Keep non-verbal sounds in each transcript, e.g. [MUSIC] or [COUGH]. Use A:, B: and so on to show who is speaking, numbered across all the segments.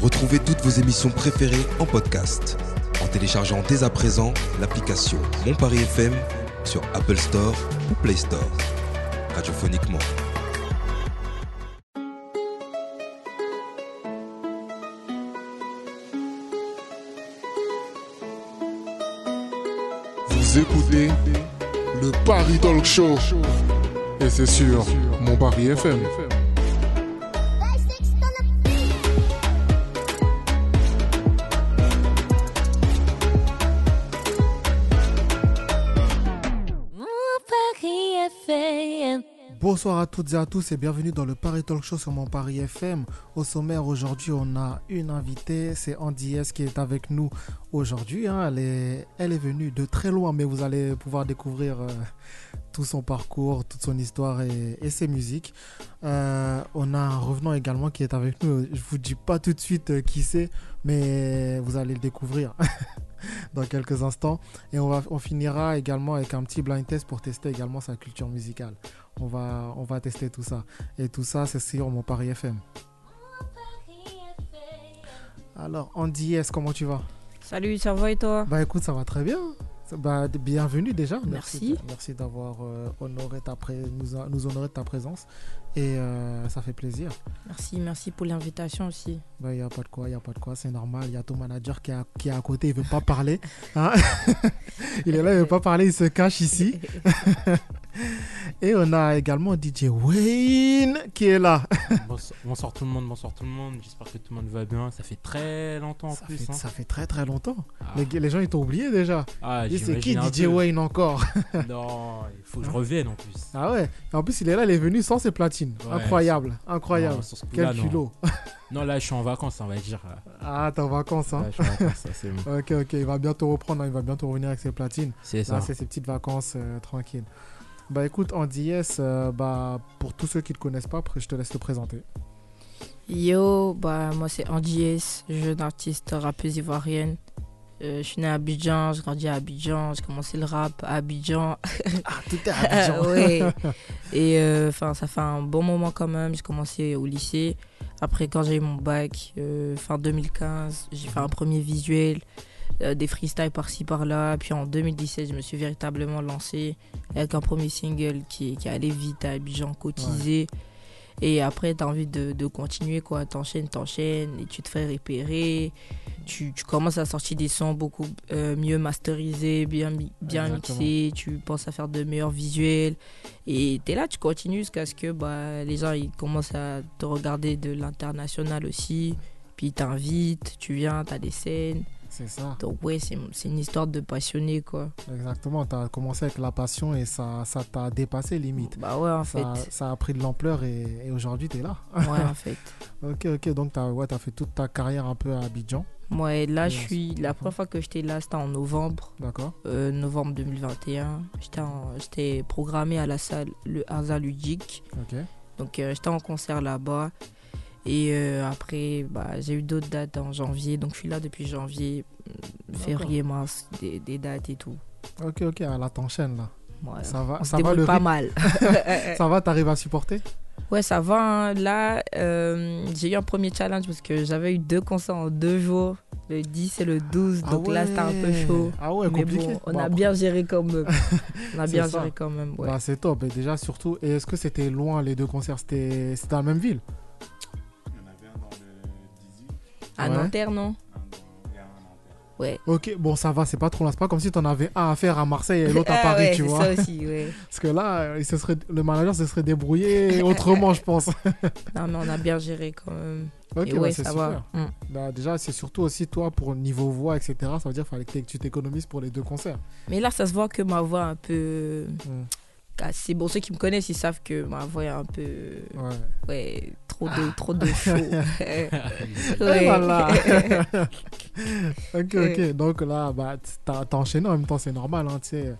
A: Retrouvez toutes vos émissions préférées en podcast en téléchargeant dès à présent l'application Mon Paris FM sur Apple Store ou Play Store. Radiophoniquement.
B: Vous écoutez le Paris Talk Show. Et c'est sur mon Paris FM.
C: Bonsoir à toutes et à tous et bienvenue dans le Paris Talk Show sur mon Paris FM. Au sommaire aujourd'hui, on a une invitée, c'est Andy S qui est avec nous aujourd'hui. hein. Elle, est, elle est venue de très loin, mais vous allez pouvoir découvrir euh, tout son parcours, toute son histoire et, et ses musiques. Euh, on a un revenant également qui est avec nous. Je vous dis pas tout de suite euh, qui c'est, mais vous allez le découvrir [LAUGHS] dans quelques instants. Et on, va, on finira également avec un petit blind test pour tester également sa culture musicale. On va, on va tester tout ça. Et tout ça, c'est sur mon Paris FM. Alors, Andy S, comment tu vas
D: Salut, ça va et toi
C: Bah écoute, ça va très bien. Ça- Bah, d- bienvenue déjà.
D: Merci.
C: de- Merci d'avoir euh, honoré ta pré- nous, a- nous honoré de ta présence. Et euh, ça fait plaisir.
D: Merci, merci pour l'invitation aussi.
C: Bah, il n'y a pas de quoi, il a pas de quoi, c'est normal. Il y a ton manager qui est à, qui est à côté, il veut pas
E: [LAUGHS]
C: parler. hein. [LAUGHS] il est là, il veut pas parler, il se cache
E: [LAUGHS]
C: ici. Et on a également DJ Wayne qui est là.
E: Bonsoir, bonsoir tout le monde, bonsoir tout le monde. J'espère que tout le monde va bien. Ça fait très longtemps en
C: Ça
E: plus.
C: fait,
E: hein.
C: ça fait très très longtemps.
E: Ah.
C: Les, les gens, ils t'ont oublié déjà.
E: Ah,
C: Dis, c'est qui Hein
E: j'imagine un
C: DJ
E: peu.
C: Wayne encore [LAUGHS]
E: Non, il faut que je revienne en plus.
C: Ah ouais. En plus, il est là, il est venu sans ses platines.
E: Ouais.
C: Incroyable, incroyable.
E: Non, sur ce
C: Quel
E: coup-là, non.
C: culot.
E: Non, là, je suis en vacances, on va dire. Là,
C: Ah, t'es en vacances, hein Bah,
E: Là, je suis en vacances, ça, c'est bon.
C: Ok, ok, il va bientôt reprendre, hein, il va bientôt revenir avec ses platines.
E: C'est
C: Là,
E: ça.
C: c'est ses petites vacances euh, tranquilles. Bah écoute, Andy S, euh, bah, pour tous ceux qui ne te connaissent pas, après, je te laisse te
E: [LAUGHS]
C: présenter.
D: Yo, bah moi c'est Andy S, jeune artiste rappeuse ivoirienne. Euh, je suis né à Abidjan, j'ai grandi à Abidjan, j'ai commencé le rap à Abidjan.
C: Ah, tout est [LAUGHS]
D: Ouais. [LAUGHS] Et euh, enfin ça fait un bon moment quand même, j'ai commencé au lycée. Après quand j'ai eu mon bac, euh, fin 2015, j'ai fait un premier visuel, euh, des freestyles par-ci par-là. Puis en 2017, je me suis véritablement lancé avec un premier single qui, qui allait vite à Abidjan, cotisé. Et après, tu as envie de, de continuer, quoi. T'enchaînes, t'enchaînes, et tu te fais repérer. Tu, tu commences à sortir des sons beaucoup euh, mieux masterisés, bien, mi- bien
C: Exactement.
D: mixés. Tu penses à faire de meilleurs visuels. Et tu es là, tu continues jusqu'à ce que bah, les gens ils commencent à te regarder de l'international aussi. Puis ils t'invitent, tu viens, tu as des scènes.
C: C'est ça,
D: Donc ouais, c'est c'est une histoire de passionné quoi.
C: exactement. T'as commencé avec la passion et ça ça t'a dépassé limite.
D: Bah ouais en fait.
C: Ça, ça a pris de l'ampleur et, et aujourd'hui, t'es là.
D: Ouais en fait.
C: Ok, ok, donc t'as ouais, t'as fait toute ta carrière un peu à Abidjan,
D: Moi et là
C: Et
D: je
C: ensuite-
D: suis la première fois que j'étais là, c'était en novembre,
C: d'accord
D: euh, novembre 2021. J'étais en- j'étais programmé à la salle le Hansa Ludic.
C: Ok.
D: Donc euh, j'étais en concert là-bas. Et euh, après, bah, j'ai eu d'autres dates en janvier. Donc je suis là depuis janvier, mm, février, mars, des, des dates et tout.
C: Ok, ok, ah, là t'enchaînes là.
D: Voilà.
C: Ça va,
D: On se
C: ça va
D: débrouille
C: le
D: pas
C: rythme
D: mal. [LAUGHS]
C: Ça va, t'arrives à supporter
D: Ouais, ça va. hein. Là, euh, j'ai eu un premier challenge parce que j'avais eu deux concerts en deux jours, le 10 et le 12. Ah donc là, c'était un peu chaud.
C: Ah ouais,
D: Mais
C: compliqué.
D: bon, on
C: Bah,
D: a bien géré quand
C: [LAUGHS]
D: même. on a
C: C'est
D: bien
C: ça.
D: géré quand même. ouais.
C: Bah, c'est top. Et déjà, surtout, et est-ce que c'était loin les deux concerts C'était c'était dans la même ville
D: à
C: ouais.
D: Nanterre, non Ouais.
C: Ok, bon, ça va, c'est pas trop loin. C'est pas comme si t'en avais un à faire à Marseille et l'autre à
D: Ah
C: Paris,
D: ouais,
C: tu
D: c'est
C: vois.
D: ça aussi, ouais.
C: Parce que là, euh, il se serait, le manager se
D: [LAUGHS]
C: serait débrouillé autrement, je pense.
D: Non, mais on a bien géré quand même.
C: Ok,
D: Et
C: bah,
D: ouais,
C: c'est
D: ça
C: super.
D: va. Mm.
C: Bah, déjà, c'est surtout aussi toi pour niveau voix, etc. Ça veut dire qu'il fallait que t'é- tu t'économises pour les deux concerts.
D: Mais là, ça se voit que ma voix est un peu.
C: Mm.
D: cassée. bon, ceux qui me connaissent, ils savent que ma voix est un peu.
C: Ouais.
D: Ouais, trop de, trop
C: [LAUGHS]
D: de chaud. ouais. Ah,
C: Et voilà. [LAUGHS] ok, ok. Donc là, bah, t'as t'as enchaîné en même temps, c'est normal, hein, tu sais.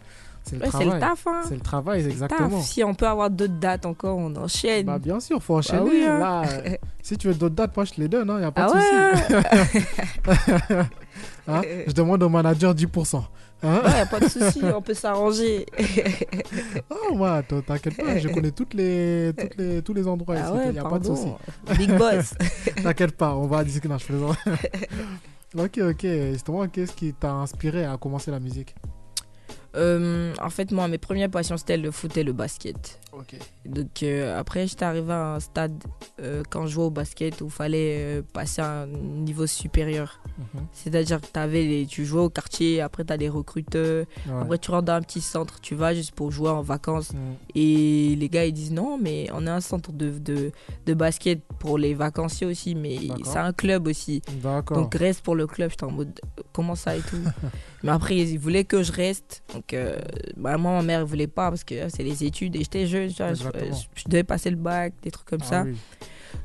C: C'est
D: [LAUGHS]
C: le
D: Ouais, c'est
C: travail.
D: le taf, hein.
C: C'est le travail,
D: Taf.
C: exactement.
D: Si on peut avoir d'autres dates encore, on enchaîne.
C: Bah bien sûr, faut enchaîner.
D: oui, hein.
C: Là, euh,
D: [LAUGHS]
C: si tu veux d'autres dates, moi je te les donne, il a pas
D: ah
C: de
D: ouais [LAUGHS]
C: souci.
D: hein
C: Hein, je demande au manager 10%. Hein
D: Ouais, y a pas de souci, on peut s'arranger.
C: Ah, moi, t'en- t'inquiète pas, je connais toutes les, toutes les, tous les endroits
D: Ah
C: ici.
D: ouais,
C: y a pas de souci.
D: [LAUGHS] pardon. Big boss.
C: T'inquiète pas, on va discuter. Non,
D: [LAUGHS]
C: je plaisante. [LAUGHS] ok, ok. Justement, qu'est-ce qui t'a inspiré à commencer la musique
D: Euh, en fait, moi, mes premières passions, c'était le foot et le basket.
C: Ok.
D: Donc euh, après, j'étais arrivé à un stade euh, quand je jouais au basket où il fallait euh, passer à un niveau supérieur. C'est-à-dire que t'avais les, tu jouais au quartier, après tu as des recruteurs, après tu rentres dans un petit centre, tu vas juste pour jouer en vacances.
C: Mm,
D: Et les gars, ils disent non, mais on a un centre de, de, de basket pour les vacanciers aussi, mais
C: D'accord.
D: c'est un club aussi.
C: D'accord.
D: Donc reste pour le club, j'étais en mode euh, comment ça et
C: [LAUGHS]
D: tout. mais après ils voulaient que je reste. Donc euh, bah, moi ma mère elle voulait pas parce que euh, c'est les études et j'étais jeune, tu vois, je, euh,
C: Exactement.
D: je- je devais passer le bac, des trucs comme
C: Ah
D: ça.
C: oui.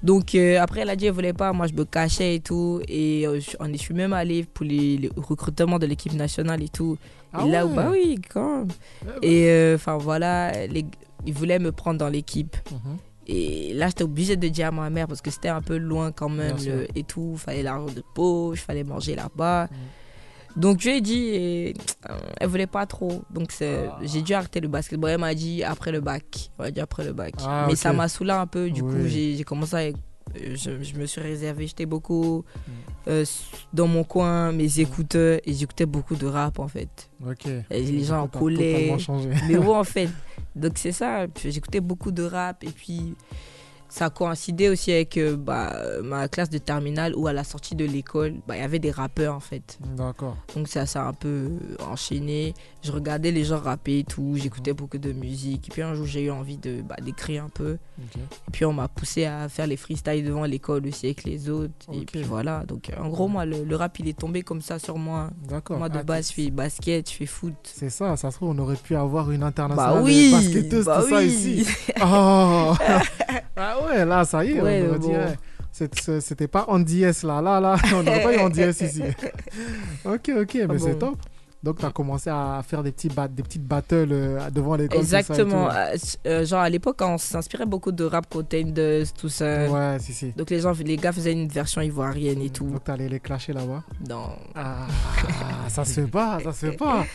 D: Donc euh, après elle a dit elle voulait pas, moi je me cachais et tout et euh, je, on est- je suis même allé pour les, les recrutements de l'équipe nationale et tout.
C: Ah
D: et là où
C: ouais.
D: bah oui quand. même.
C: Eh ben.
D: Et euh, enfin voilà, les- ils voulaient me prendre dans l'équipe.
C: Mhm.
D: Et là, j'étais obligée de dire à ma mère parce que c'était un peu loin quand même
C: Bien
D: le- et tout. Fallait l'argent de poche, fallait manger là-bas.
C: Mm.
D: Donc, je lui ai dit, et euh, elle voulait pas trop. Donc, c'est-
C: Ah.
D: j'ai dû arrêter le basket. Bon, elle m'a dit après le bac. Elle m'a dit après le bac.
C: Ah,
D: Mais
C: ok.
D: ça m'a saoulé un peu. Du coup,
C: Oui.
D: j'ai j'ai commencé à. euh, Je, je me suis réservée. J'étais beaucoup
C: Mm.
D: euh, dans mon coin, mes écouteurs. Et j'écoutais beaucoup de rap en fait.
C: Ok.
D: Et les gens en
C: T'as totalement
D: collaient. [LAUGHS]
C: changé.
D: Mais ouais, en fait. Donc c'est ça. Puis J'écoutais beaucoup de rap et puis ça coïncidait aussi avec euh, bah, euh, ma classe de terminale où à la sortie de l'école, bah, il y avait des rappeurs en fait.
C: D'accord.
D: Donc ça, ça a un peu euh, enchaîné. Je regardais les gens rapper et tout. J'écoutais beaucoup de musique. Et puis un jour, j'ai eu envie de bah, d'écrire un peu.
C: Ok.
D: Et puis on m'a poussé à faire les freestyles devant l'école aussi avec les autres. Et
C: Ok.
D: puis voilà. Donc en gros, moi, le, le rap, il est tombé comme ça sur moi.
C: D'accord.
D: Moi, de
C: Ah,
D: base, je fais basket, je fais foot.
C: C'est ça, ça se trouve, on aurait pu avoir une internationale
D: Bah
C: de
D: oui,
C: basketteuse,
D: bah
C: tout ça
D: oui. [LAUGHS]
C: ici. Oh. ah ouais, là, ça y est,
D: Ouais,
C: on aurait
D: bon.
C: dit, eh, c'est- c'est- c'était pas Andy S là, là, là, on n'aurait pas eu Andy
D: [LAUGHS]
C: S ici. ok, ok, mais
D: Ah
C: c'est
D: bon.
C: top. Donc, tu as commencé à faire des, petits ba- des petites battles euh, devant l'école. tout ça et tout.
D: Exactement. Euh, euh, genre à l'époque, on s'inspirait beaucoup de rap contenders, tout ça.
C: Ouais, si, si.
D: Donc les gens, les gars faisaient une version ivoirienne Euh, et tout.
C: Donc, tu allé les clasher là-bas.
D: Non.
C: Ah, ça se bat, ça se bat.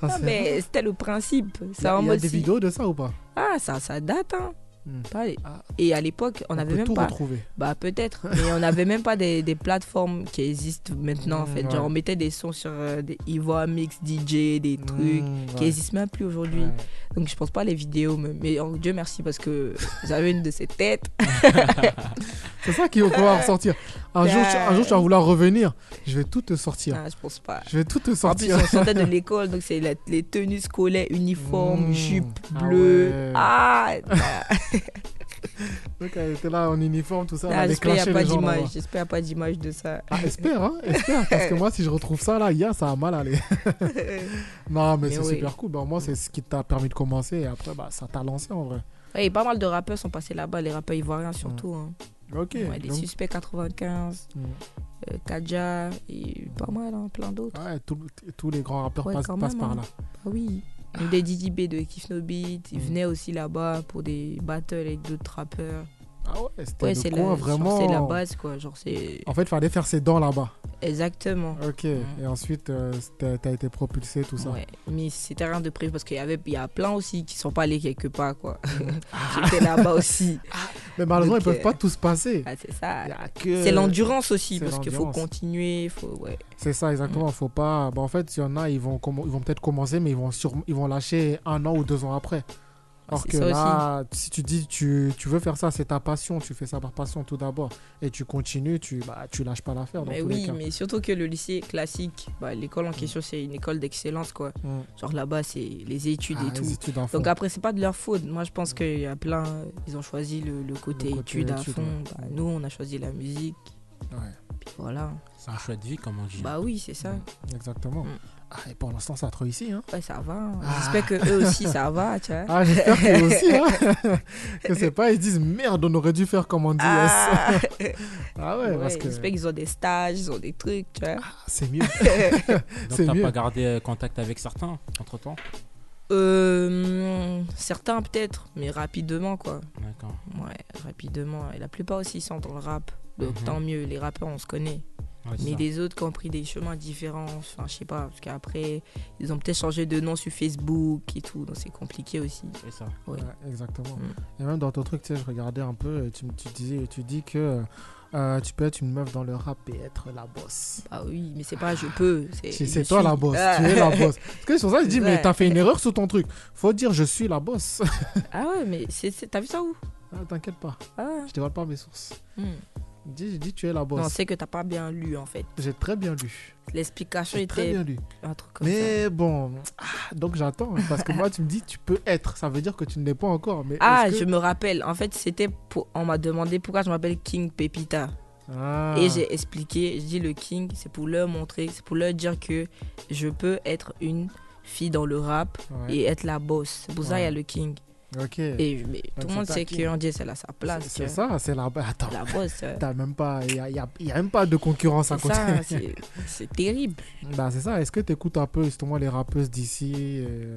C: Ça
D: Non,
C: se
D: mais c'était le principe.
C: Il y
D: Ça
C: a,
D: en
C: y a
D: mode
C: des
D: si-
C: vidéos de ça ou pas
D: Ah, ça, ça date. Hein.
C: Hmm.
D: Pas les-
C: Ah.
D: Et à l'époque, on
C: peut
D: n'avait même
C: tout
D: pas.
C: retrouver.
D: Bah
C: [LAUGHS]
D: peut-être, mais on n'avait même pas des, des plateformes qui existent maintenant en
C: Hmm,
D: fait.
C: ouais.
D: Genre on mettait des sons sur euh, des Ivoire Mix DJ, des trucs
C: Mmh,
D: qui
C: ouais.
D: n'existent même plus aujourd'hui.
C: Ouais.
D: Donc je pense pas à les vidéos, mais, mais, oh, Dieu merci parce que [LAUGHS] j'avais une de ces têtes.
C: C'est ça qui va
D: [LAUGHS]
C: pouvoir sortir. Un jour, tu, un jour, tu vas vouloir revenir. Je vais tout te sortir.
D: Ah, je pense pas.
C: Je vais tout te
D: En plus,
C: sortir.
D: on sortait de l'école, donc c'est la- les tenues scolaires, uniformes,
C: Mmh.
D: jupe
C: Ah ouais.
D: bleue. Ah,
C: Donc, elle était là en uniforme, tout ça. elle
D: Ah,
C: allait
D: J'espère qu'il n'y
C: clasher
D: a pas
C: les gens. là-bas.
D: d'image. J'espère qu'il y a pas d'image de
C: [LAUGHS]
D: ça.
C: Ah, espère, hein, espère. Parce que moi, si je retrouve ça, là, hier, ça a mal allé. [LAUGHS] non, mais,
D: Mais
C: c'est
D: oui.
C: super cool. Bah, moi, c'est ce qui t'a permis de commencer. Et après, bah, ça t'a lancé en vrai.
D: Ouais, et pas mal de rappeurs sont passés là-bas, les rappeurs ivoiriens surtout. hein.
C: Ok.
D: Ouais, les
C: donc,
D: suspects 95,
C: Mm.
D: euh, Kaja, et pas mal, hein, plein d'autres.
C: ouais, tous- tous les grands rappeurs
D: Ouais,
C: passent,
D: quand
C: passent
D: même,
C: par
D: hein.
C: là.
D: Ah oui. Même des DDB de Kiff No Beat, ils
C: Mm.
D: venaient aussi là-bas pour des battles avec d'autres rappeurs.
C: Ah ouais, c'était
D: Ouais,
C: le
D: c'est
C: coin,
D: la, genre,
C: vraiment. Oh.
D: c'est la base quoi, genre c'est
C: En fait, il fallait faire ses dents là-bas.
D: exactement.
C: Ok. Et ensuite, euh, t'as t'as été propulsé, tout ça.
D: Ouais, mais c'était rien de prévu parce qu'il y avait il y a plein aussi qui sont pas allés quelque part
C: [LAUGHS]
D: quoi.
C: Ah.
D: J'étais là-bas aussi.
C: Mais malheureusement, ils
D: Donc,
C: peuvent
D: euh,
C: pas tous passer.
D: Ah, c'est ça.
C: Il y a que-
D: C'est l'endurance aussi
C: c'est
D: parce qu'il faut
C: l'endurance.
D: continuer, faut ouais.
C: C'est ça, exactement. Faut pas. bah, en fait, il y en a, ils vont, commen- ils vont peut-être commencer, mais ils vont, sur... ils vont lâcher un an ou deux ans après. Alors
D: c'est
C: que
D: ça
C: là, si tu dis tu, tu veux faire ça, c'est ta passion, tu fais ça par passion tout d'abord. Et tu continues, tu, bah, tu lâches pas l'affaire dans
D: Mais
C: tous les
D: oui,
C: cas.
D: mais surtout que le lycée classique, bah, l'école en question c'est une école d'excellence quoi.
C: Mm.
D: Genre là-bas c'est les études
C: Ah,
D: et tout.
C: les études à fond.
D: Donc après c'est pas de leur faute. Moi je pense qu'il y a plein, ils ont choisi le, le côté,
C: côté
D: études à
C: études,
D: fond.
C: ouais.
D: Bah, nous on a choisi la musique.
C: Ouais,
D: Puis voilà.
E: [LAUGHS] C'est un choix de vie, comme on dit.
D: Bah oui c'est ça.
C: exactement.
D: Mm.
C: Ah, et pour l'instant, ça te réussit. Hein.
D: Ouais ça va.
C: Ah.
D: J'espère que eux aussi ça va, tu vois.
C: Ah, j'espère que aussi. Hein. [LAUGHS] que c'est pas, ils disent merde, on aurait dû faire comme on dit. Ah,
D: Ah.
C: [LAUGHS] ouais,
D: Ouais,
C: parce que Ah.
D: J'espère qu'ils ont des stages, ils ont des trucs, tu vois.
C: c'est [LAUGHS] mieux.
E: Donc
C: c'est
E: t'as
C: mieux.
E: pas gardé euh, contact avec certains entre temps
D: Euh, certains peut-être, mais rapidement quoi.
E: D'accord.
D: Ouais, rapidement. Et la plupart aussi ils sont dans le rap. Donc
E: Mhm.
D: tant mieux, les rappeurs on se connaît.
E: Ouais, c'est
D: Mais
E: ça.
D: les autres qui ont pris des chemins différents, enfin, je sais pas, parce qu'après, ils ont peut-être changé de nom sur Facebook et tout, donc c'est compliqué aussi.
E: C'est ça.
D: Oui.
C: Ouais, exactement.
D: Mm.
C: Et même dans ton truc, tu sais, je regardais un peu, et tu, me- tu disais, tu dis que euh, tu peux être une meuf dans le rap et être la bosse.
D: Bah oui, mais c'est pas je peux, c'est.
C: C'est
D: je
C: Ah. c'est toi
D: suis.
C: la bosse,
D: Ah.
C: tu es la [LAUGHS] bosse. Parce que sur ça, je dis, mais
D: Ouais.
C: t'as fait une erreur sur ton truc. Faut dire, je suis la bosse.
D: [LAUGHS] Ah ouais, mais c'est- c'est- t'as vu ça où
C: [LAUGHS] Ah, T'inquiète pas,
D: Ah ouais.
C: je te vole pas mes sources.
D: Hmm.
C: Dis, je dis, tu es la
D: Non,
C: bosse.
D: c'est que t'as pas bien lu en fait.
C: J'ai très bien lu.
D: L'explication
C: J'ai très
D: était
C: bien lu.
D: un truc comme ça.
C: Mais bon, ah, donc j'attends. Parce que moi, tu me dis, tu peux être. Ça veut dire que tu ne l'es pas encore. Mais
D: Ah,
C: est-ce
D: je
C: que-
D: me rappelle. En fait, c'était pour. On m'a demandé pourquoi je m'appelle King Pepita.
C: Ah.
D: Et j'ai expliqué, je dis le King, c'est pour leur montrer, c'est pour leur dire que je peux être une fille dans le rap
C: Ouais.
D: et être la boss. C'est pour ça il y a
C: Ouais.
D: le King.
C: Ok.
D: Et mais tout
C: Donc,
D: le monde
C: c'est
D: sait
C: pas
D: que Andy, elle a sa place.
C: C'est- C'est
D: que
C: ça, c'est la. Attends.
D: La boss. euh,
C: T'as même pas, il y a, y a- y a même pas de concurrence à
D: c'est
C: côté.
D: ça, c'est- c'est terrible.
C: [LAUGHS] Bah c'est ça. Est-ce que t'écoutes un peu justement les rappeuses d'ici, euh,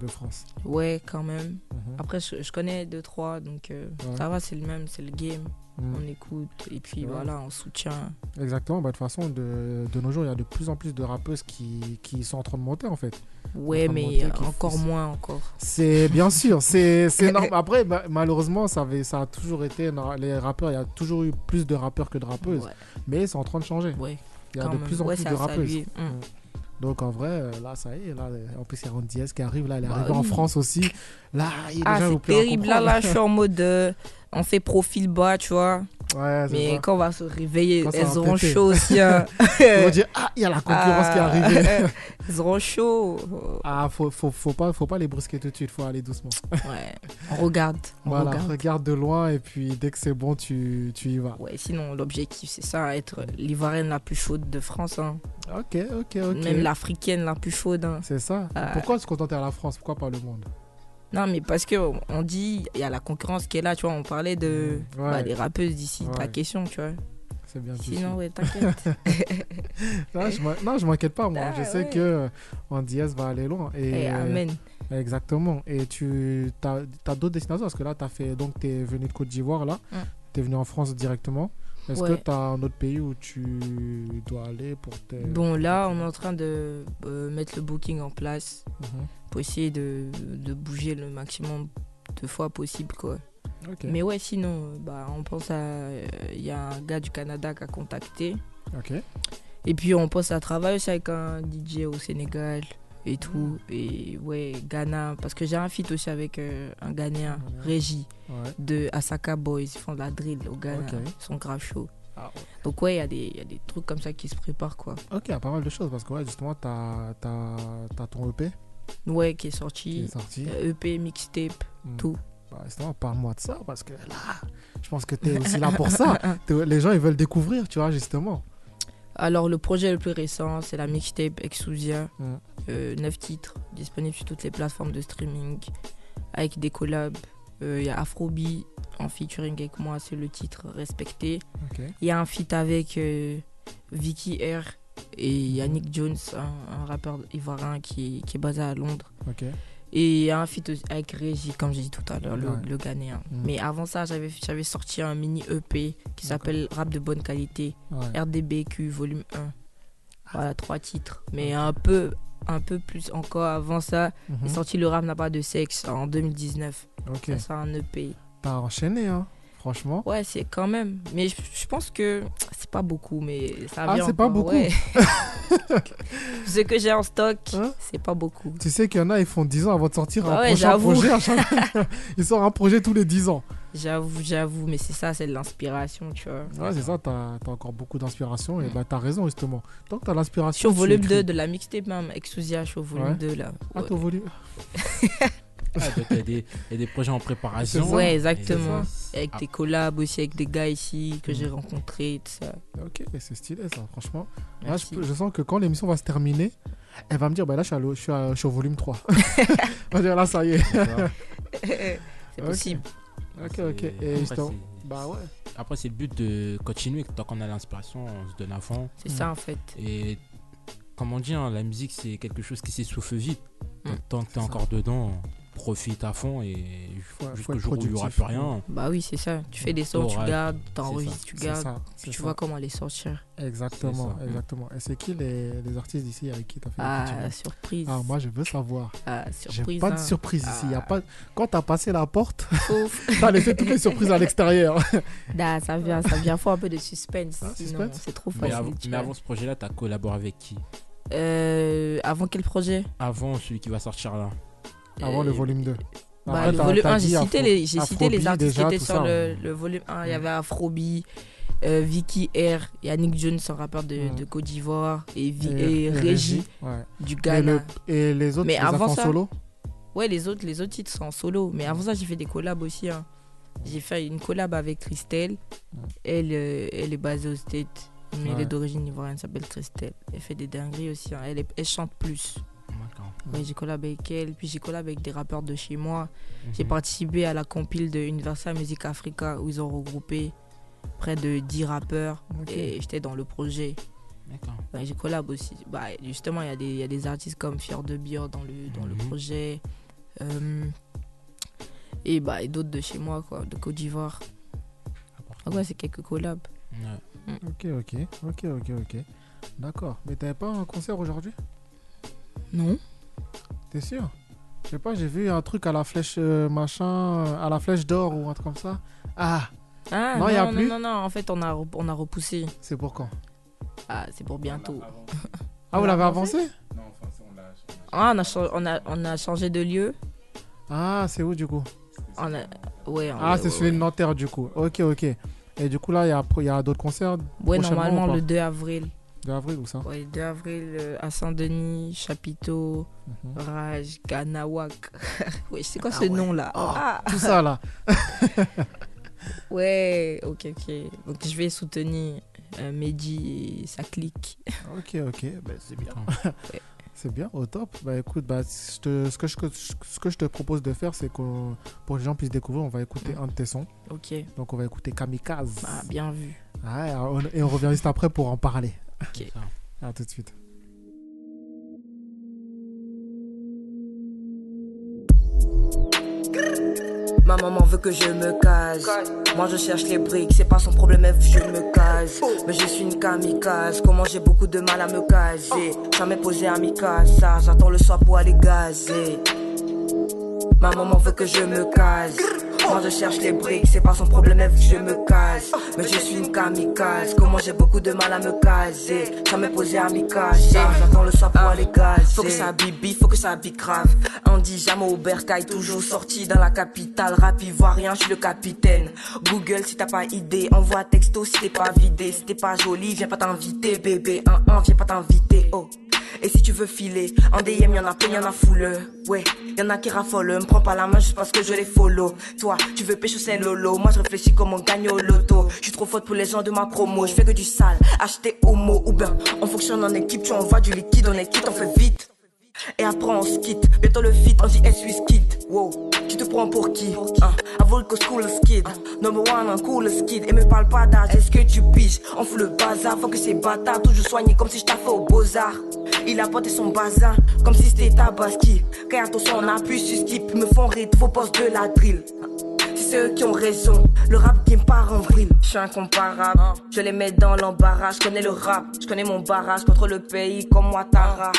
C: de France
D: Ouais, quand même.
C: Mhm.
D: Après, je, je connais deux, trois, donc euh,
C: Ouais.
D: ça va, c'est le même, c'est le game.
C: Mm.
D: On écoute, et puis
C: Ouais.
D: voilà, on soutient.
C: Exactement. Bah de toute façon, de, de nos jours, il y a de plus en plus de rappeuses qui, qui sont en train de monter en fait.
D: Ouais,
C: train de
D: mais
C: montrer
D: euh,
C: qu'il faut-
D: encore moins, encore.
C: C'est bien sûr, c'est
D: [LAUGHS]
C: c'est énorme. Après, bah, malheureusement, ça avait, ça a toujours été non, les rappeurs. Il y a toujours eu plus de rappeurs que de rappeuses,
D: Ouais,
C: mais c'est en train de changer.
D: ouais,
C: Il y a
D: quand
C: de
D: même.
C: plus en
D: Ouais,
C: plus
D: ça
C: de
D: a
C: rappeuses.
D: salué. Mm.
C: Donc en vrai, euh, là, ça y est. Là, en plus, il y a Ron Diaz qui arrive. Là, elle est
D: Bah
C: arrivée en
D: oui.
C: France aussi. Là, il y a
D: Ah,
C: des gens qui vont
D: c'est
C: plus rien
D: terrible. Là, là, je suis en mode. euh, on fait profil bas, tu vois.
C: [LAUGHS] Ouais, Ah, c'est
D: Mais
C: ça.
D: quand on va se réveiller,
C: Quand ça
D: elles
C: va
D: auront
C: péter.
D: chaud aussi.
C: [LAUGHS]
D: hein.
C: Ils vont dire ah il y a la concurrence qui est
D: Ah,
C: arrivée.
D: [LAUGHS] elles auront chaud.
C: Ah faut, faut, faut pas faut pas les brusquer tout de suite, faut aller doucement.
D: Ouais, on regarde. On
C: Voilà,
D: regarde.
C: regarde de loin et puis dès que c'est bon tu, tu y vas.
D: Ouais, sinon, l'objectif, c'est ça, être l'ivoirienne la plus chaude de France. hein.
C: Ok ok ok.
D: Même l'africaine la plus chaude. hein.
C: C'est ça.
D: Ah.
C: Pourquoi se contenter à la France Pourquoi pas le monde
D: Non, mais parce que on dit, il y a la concurrence qui est là, tu vois. On parlait de
C: Mm, ouais.
D: bah, les rappeuses d'ici,
C: Ouais.
D: ta question, tu vois.
C: C'est bien dit.
D: Sinon, ouais,
C: [LAUGHS]
D: t'inquiète.
C: Non, je m'in- non, je m'inquiète pas moi.
D: Ah,
C: je sais
D: ouais.
C: que Andiès va aller loin. Et,
D: Et Eh, amen.
C: Exactement. Et tu as, d'autres destinations parce que là t'as fait donc t'es venu de Côte d'Ivoire là.
D: Mm.
C: T'es venu en France directement. Est-ce que
D: Ouais.
C: t'as un autre pays où tu dois aller pour tes.
D: Bon, là, on est en train de euh, mettre le booking en place
C: Mhm.
D: pour essayer de, de bouger le maximum de fois possible, quoi.
C: Ok.
D: Mais ouais, sinon, euh, bah, on pense à. euh, Il y a un gars du Canada qui a contacté.
C: Ok.
D: Et puis, on pense à travailler aussi avec un DJ au Sénégal et tout. Et ouais, Ghana. Parce que j'ai un feat aussi avec euh, un Ghanéen,
C: Ghanéen.
D: Régie.
C: Ouais.
D: de Asaka Boys, ils font de la drill au Ghana,
C: Ok.
D: ils sont grave chauds.
C: Ah
D: Donc ouais, il y, a des- il y a des trucs comme ça qui se préparent quoi.
C: Ok, il y a pas mal de choses parce que ouais, justement, t'as as, ton EP
D: Ouais, qui est
C: qui est
D: sorti,
C: sorti.
D: euh, EP, mixtape,
C: Mm.
D: tout.
C: Bah, justement, parle-moi de ça parce que là, je pense que t'es aussi là
D: [LAUGHS]
C: pour ça. T'es- Les gens, ils veulent découvrir, tu vois, justement.
D: Alors le projet le plus récent, c'est la mixtape Exousia,
C: Mm.
D: 9 titres, disponible sur toutes les plateformes de streaming, avec des collabs. Euh, Il y a Afrobi en featuring avec moi, c'est le titre respecté.
C: Ok.
D: Il y a un feat avec euh, Vicky R et Yannick Jones, un, un rappeur ivoirien qui- qui est basé à Londres.
C: Ok.
D: Et il y a un feat aussi avec Régie, comme j'ai dit tout à l'heure, le,
C: Ouais.
D: le Ghanéen.
C: Mm.
D: Mais avant ça, j'avais j'avais sorti un mini EP qui
C: D'accord.
D: s'appelle Rap de bonne qualité,
C: Ouais.
D: RDBQ volume
C: Ah.
D: 1. Voilà, trois titres. Mais un peu un peu plus encore avant ça,
C: Mhm.
D: est sorti Le Rap n'a pas de sexe en 2019.
C: Ok.
D: Ça, c'est un EP.
C: T'as enchaîné, hein, franchement.
D: Ouais, c'est quand même. Mais je, je pense que c'est pas beaucoup, mais ça
C: Ah,
D: vient
C: c'est pas
D: encore,
C: beaucoup. [LAUGHS]
D: ouais. [LAUGHS] Ce que j'ai en stock,
C: Hein
D: c'est pas beaucoup.
C: Tu sais qu'il y en a, ils font 10 ans avant de sortir
D: Ah
C: un
D: ouais,
C: prochain
D: j'avoue.
C: projet. à chaque-
D: [LAUGHS]
C: [LAUGHS] ils sortent un projet tous les 10 ans.
D: J'avoue, j'avoue, mais c'est ça, c'est de l'inspiration, tu vois.
C: Ouais, c'est ça, t'as as encore beaucoup d'inspiration et
D: Mm.
C: bah t'as raison, justement. Tant que t'as l'inspiration.
D: Je suis au
C: tu
D: volume
C: écris.
D: 2 de la mixtape même, Exousia, je suis au volume
C: Ouais.
D: 2 là.
C: Ah, ton volume.
E: Ah, donc, il y, a des- il y a des projets en
C: [LAUGHS]
E: préparation.
C: C'est ça.
D: Ouais,
E: Et-
D: exactement.
E: c'est-
D: Avec
E: ah,
D: des collabs aussi, avec des gars ici que
C: Mm. Ah,
D: j'ai rencontrés, et tout ça.
C: Ok, c'est stylé, ça, franchement. Là, je,
D: Merci.
C: peux- je sens que quand l'émission va se terminer, elle va me dire bah là, je suis, à l'eau- je suis à- je suis au volume 3.
D: [LAUGHS]
C: [LAUGHS] va dire là, ça y est.
E: d'accord.
D: [LAUGHS] C'est possible.
C: Ok,
E: C'est-
C: ok.
E: après,
C: Et justement.
E: c'est-
C: Bah ouais.
E: Après, c'est le but de continuer. Tant qu'on a l'inspiration, on se donne à fond.
D: C'est
C: Mm.
D: ça en fait.
E: Et comme on dit, hein, la musique, c'est quelque chose qui s'essouffle vite.
D: Mm.
E: Tant que t'es
C: ça.
E: encore dedans, profite à fond et
C: Faut- faut
E: jusqu'au
C: être
E: jour où il n'y aura
C: productif. hein.
E: plus rien.
D: Bah oui, c'est ça. Tu fais des sons, tu
E: T'auras-
D: gardes,
E: c'est
D: t'enregistres, tu
C: C'est
D: gardes.
C: ça,
D: puis
C: c'est
D: tu
C: ça.
D: vois comment les sortir.
C: Exactement,
E: C'est ça.
C: exactement. Et c'est qui les, les artistes ici avec qui tu as fait des
D: Ah,
C: featuring
D: surprise.
C: Ah, moi, je veux savoir.
D: Ah,
C: J'ai
D: surprise.
C: pas de
D: hein.
C: surprise ici. Y a
D: Ah.
C: pas... Quand t'as passé la porte, [LAUGHS]
D: Ouf.
C: t'as laissé toutes les surprises à l'extérieur.
D: [LAUGHS] Nah, ça vient, ça vient. Faut un peu de suspense.
C: Ah,
D: sinon,
C: suspense
D: C'est trop
E: Mais,
D: facile.
E: avant,
D: tu
E: mais
D: vois.
E: avant ce projet-là, t'as collaboré avec qui
D: Euh, avant quel projet
E: Avant celui qui va sortir là.
C: Avant
D: Euh,
C: le volume 2.
D: Bah,
C: Après,
D: le
C: t'as-
D: volume
C: t'as
D: 1, j'ai
C: dit
D: cité,
C: Afro-
D: les, j'ai cité les
C: Afrobeat
D: artistes
C: déjà,
D: qui étaient
C: tout
D: sur
C: ça.
D: le, le volume 1. Il y
C: Mm.
D: avait Afrobi, euh, Vicky R, Yannick Jones, un rappeur de,
C: Mm.
D: de Côte d'Ivoire, et, Vi-
C: Et-
D: et
C: et
D: Régie
C: Ouais.
D: du
C: Et,
D: Ghana.
C: le- et les autres,
D: Mais
C: tu les as
D: avant
C: fait en
D: ça-
C: solo
D: Ouais, les autres, les autres titres sont en solo. Mais avant ça, j'ai fait des collabs aussi. hein. J'ai fait une collab avec Christelle.
C: Mm.
D: Elle, euh, elle est basée aux States. Mais elle
C: Ouais.
D: est d'origine ivoirienne, elle s'appelle Christelle. Elle fait des dingueries aussi. hein. Elle, est- elle chante plus.
C: Mm.
D: Ouais, j'ai collabé avec elle. Puis j'ai collabé avec des rappeurs de chez moi. J'ai
E: Mhm.
D: participé à la compile de Universal Music Africa où ils ont regroupé près de 10 rappeurs
C: Ok.
D: et j'étais dans le projet.
E: D'accord.
D: Bah, j'ai collab aussi. Bah, justement, il y, a des- il y a des artistes comme Fier de Bior dans le, dans le
E: Mhm.
D: projet euh, et, bah, et d'autres de chez moi, quoi, de Côte d'Ivoire. Donc, ouais, c'est quelques collabs.
E: Ouais.
C: Ok, ok, ok, ok, ok. D'accord. Mais t'avais pas un concert aujourd'hui
D: Non
C: T'es sûr Je sais pas, j'ai vu un truc à la flèche euh, machin, euh, à la flèche d'or ou un truc comme ça. Ah,
D: Ah,
C: Non,
D: non,
C: il y a
D: non,
C: plus
D: non, non, en fait, on a, rep- on a repoussé.
C: c'est pour quand
D: Ah, c'est pour bientôt.
C: Ah,
D: On
C: vous
D: l'a
C: l'avez avancé
D: Ah, on a, cha- on a, on a changé de lieu.
C: Ah, c'est où du coup
D: On a- ouais, on-
C: Ah, c'est
D: ouais,
C: celui de
D: ouais.
C: Nanterre du coup. Ok, ok. Et du coup, là, il y a, pro- il y a d'autres concerts
D: Ouais,
C: prochainement ou
D: normalement,
C: pas
D: le 2 avril.
C: de avril ou ça
D: Ouais, 2 avril euh, à Saint-Denis, Chapiteau,
C: Mhm.
D: Raj, Ganawak. [LAUGHS] ouais, c'est quoi
C: Ah
D: ce
C: ouais.
D: nom-là
C: Oh,
D: Ah, [LAUGHS]
C: Tout ça là.
D: Ouais, ok, ok. Donc je vais soutenir euh, Mehdi et sa clique. [LAUGHS]
C: Ok, ok. Bah, c'est bien.
D: Ouais.
C: c'est bien, au top. Bah écoute, bah, je te- ce, que je, ce que je te propose de faire, c'est que pour que les gens puissent découvrir, on va écouter
D: Mhm.
C: un de tes sons.
D: Ok,
C: Donc on va écouter Kamikaze.
D: bah, bien vu.
C: Ouais, on- et on revient juste après pour en parler.
E: C'est ça.
C: [LAUGHS] À tout de suite.
F: Ma maman veut que je me case. Moi je cherche les briques, c'est pas son problème, F, je me case. Mais je suis une kamikaze, comment j'ai beaucoup de mal à me caser. Jamais posé à mi ça j'attends le soir pour aller gazer. Ma maman veut que je me case. Moi je cherche les briques, c'est pas son problème, F, je me case. Mais je suis une kamikaze, comment j'ai beaucoup de mal à me caser. Jamais posé à mi ça j'attends le soir pour aller gazer. Faut que ça bibi, faut que ça bicrave. On dit jamais au bercail, toujours sorti dans la capitale. Rap ivoirien, je suis le capitaine. Google si t'as pas idée, envoie texto si t'es pas vidé. Si t'es pas joli, viens pas t'inviter, bébé. Un, un, viens pas t'inviter, oh. Et si tu veux filer, en DM y'en a plein, y'en a foule. Ouais, y'en a qui raffolent. Me prends pas la main juste parce que je les follow. Toi, tu veux pêcher au Saint-Lolo. Moi, je réfléchis comment gagner au loto. Je suis trop forte pour les gens de ma promo. Je fais que du sale, acheter homo. Ou bien, on fonctionne en équipe. Tu envoies du liquide, on est quitte, on fait vite. Et après on se quitte, bientôt le fit, on dit S-Swiss kid Wow, tu te prends pour qui Hein, A Volco school skid Number one, un cool skid Et me parle pas d'âge, est-ce que tu piges On fout le bazar, faut que ces bâtards Toujours soignés comme si je taffais aux beaux-arts Il a porté son bazar, comme si c'était tabaski Car attention, on appuie sur skip Ils me font rire de vos postes de la drill c'est ceux qui ont raison. Le rap game part en vrille. Je suis incomparable. Je les mets dans l'embarras. Je connais le rap. Je connais mon barrage. Contre le pays comme Ouattara.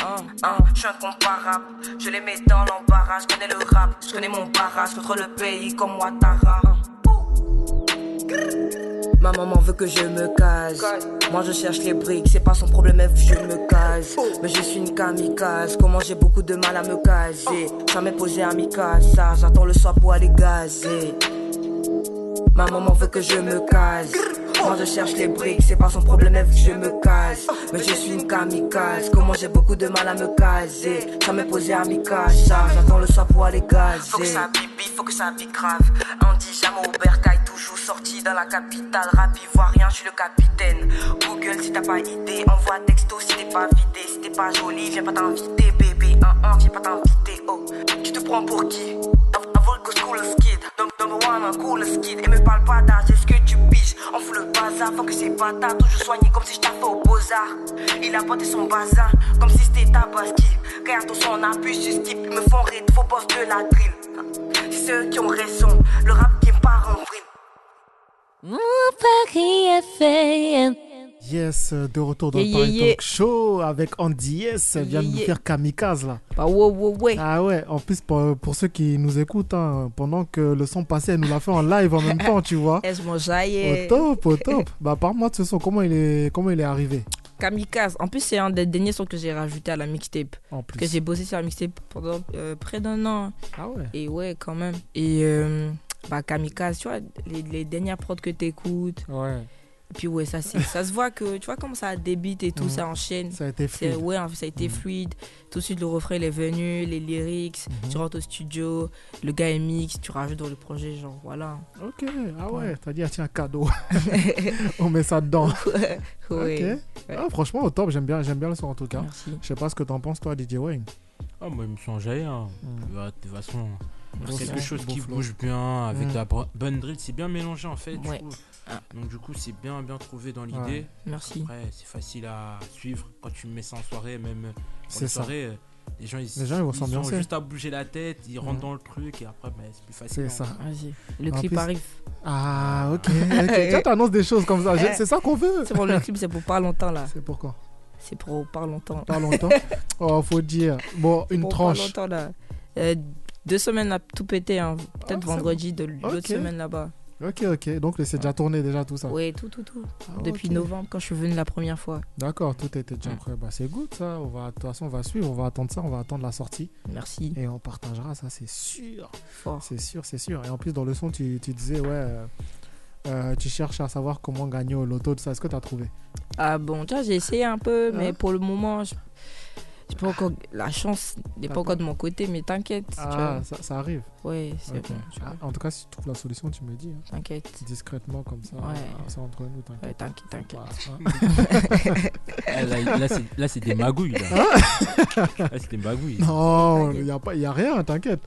F: Hein, Je suis incomparable. Je les mets dans l'embarras. Je connais le rap. Je connais mon barrage. Contre le pays comme Ouattara. Ma maman veut que je me case. Moi je cherche les briques, c'est pas son problème, F, je me case. Mais je suis une kamikaze, comment j'ai beaucoup de mal à me caser. Jamais posé à mi ça j'attends le soir pour aller gazer. Ma maman veut que je me case. Moi je cherche les briques, c'est pas son problème, F, je me case. Mais je suis une kamikaze, comment j'ai beaucoup de mal à me caser. Jamais posé à mi ça j'attends le soir pour aller gazer. Faut que ça bibi, faut que ça bicrave. On dit jamais au bercail, toujours sorti dans la capitale. Rap ivoirien, je suis le capitaine. Google si t'as pas idée, envoie texto si t'es pas vidé. Si t'es pas joli, viens pas t'inviter, bébé. Un, un, viens pas t'inviter, oh. Tu te prends pour qui Un- un Volgo school skid, Num- number one, un cool skid. Et me parle pas d'âge, est-ce que tu piges On fout le bazar, faut que ces bâtards toujours soignés comme si je taffais aux beaux-arts. Il a porté son bazar, comme si c'était tabaski. Car attention, on appuie sur skip, ils me font rire de vos boss de la drill. ceux qui ont raison. Le rap qui part en vrille.
G: Mon Paris FM.
C: Yes, de retour dans
D: Yeah,
C: le
D: yeah,
C: Paris
D: yeah.
C: Talk Show avec Andy Yes. Elle vient de
D: Yeah,
C: nous
D: yeah.
C: faire kamikaze là.
D: Bah, ouais, ouais, ouais.
C: Ah ouais, en plus pour, pour ceux qui nous écoutent, hein, pendant que le son passait, elle nous l'a fait en
D: [LAUGHS]
C: live en même temps, tu vois.
D: Est-ce mon jaillet
C: Au top, au top. Bah parle-moi de ce son, comment il est, comment il est arrivé
D: Kamikaze. En plus, c'est un des derniers sons que j'ai rajouté à la mixtape.
C: en
D: Parce que
C: plus.
D: j'ai bossé sur la mixtape pendant euh, près d'un an.
C: Ah ouais.
D: Et ouais, quand même. Et euh, bah, Kamikaze, tu vois, les, les dernières prods que t'écoutes.
E: Ouais.
D: Et Puis ouais, ça, c'est- ça se voit que, tu vois, comment ça débite et tout,
C: Mhm.
D: ça enchaîne.
C: Ça a été
D: C'est-
C: fluide. Mhm.
D: Ouais, en fait, ça a été fluide. Tout de suite, le refrain il est venu, les lyrics.
C: Mhm.
D: Tu rentres au studio, le gars est mix, tu rajoutes dans le projet, genre voilà. [LAUGHS]
C: Ok, ah ouais, t'as dit, ah, tiens, cadeau. On met ça dedans.
D: ouais.
C: Ok. Ah, franchement, au top, j'aime bien, j'aime bien le son en tout cas.
D: Merci.
C: Je sais pas ce que t'en penses, toi, DJ Wayne.
E: Ah, moi, il me sent jaillet. Hein. Bah, de toute façon,
C: Bon
E: c'est
C: son,
E: quelque chose
C: beau
E: qui
C: flow.
E: bouge bien avec
C: Mm.
E: la bro- bonne drill. C'est bien mélangé en fait. du
D: Ouais.
E: coup.
D: Ah.
E: Donc, du coup, c'est bien, bien trouvé dans l'idée.
C: Ouais.
D: Merci.
E: Après, c'est facile à suivre quand tu mets ça en soirée, même
C: C'est
E: en
C: ça.
E: soirée. euh, Les gens, ils,
C: Les gens, ils vont
E: ont
C: s'ambiancer.
E: juste à bouger la tête, ils rentrent
C: Mhm.
E: dans le truc et après, ben, c'est plus facile.
C: C'est
E: hein.
C: ça.
E: [LAUGHS]
D: Vas-y. Le
C: En
D: clip
C: plus-
D: arrive.
C: Ah, ok. ok. Tiens, t'annonces des choses comme ça. J'ai- C'est ça qu'on veut.
D: C'est pour le clip, c'est pour pas longtemps là.
C: C'est pourquoi
D: C'est pour pas longtemps.
C: Pas longtemps.
D: [LAUGHS]
C: Oh, faut dire. Bon, une
D: Pour Pas
C: tranche.
D: longtemps là. Euh, deux semaines à tout péter, hein.
C: Ah,
D: peut-être
C: c'est
D: vendredi de l'autre
C: Ok.
D: semaine là-bas.
C: Ok, ok. Donc, c'est déjà tourné, déjà tout ça.
D: Ouais, tout, tout, tout.
C: Ah,
D: Depuis
C: ok.
D: novembre, quand je suis venue la première fois.
C: D'accord, tout était déjà
D: Mm.
C: prêt. Bah, c'est good, ça. On va, de toute façon, on va suivre. On va attendre ça. On va attendre la sortie.
D: Merci,
C: Et on partagera, ça, c'est sûr.
D: fort.
C: C'est sûr, c'est sûr. Et en plus, dans le son, tu, tu disais, ouais. euh, euh, tu cherches à savoir comment gagner au loto, tout ça. Est-ce que t'as trouvé
D: Ah bon, tu vois, j'ai essayé un peu, mais
C: Hein
D: pour le moment, je... j'ai pas encore... la chance n'est
C: T'as
D: pas encore de mon côté, mais t'inquiète. tu
C: Ah, ça, ça arrive.
D: vois. Ouais, c'est
C: Ok.
D: bon, tu vois,
C: Ah, en tout cas, si tu trouves la solution, tu me dis. hein.
D: t'inquiète.
C: Discrètement, comme ça.
D: Ouais.
C: C'est entre nous, t'inquiète. hein.
D: Ouais, t'inquiète, t'inquiète. [LAUGHS]
C: Voilà.
E: Ah, là, là, c'est- là, c'est des magouilles. Là, [LAUGHS] Là, c'est des magouilles.
C: Ah Non, il n'y a, pas- y a rien,
D: [LAUGHS]
C: t'inquiète.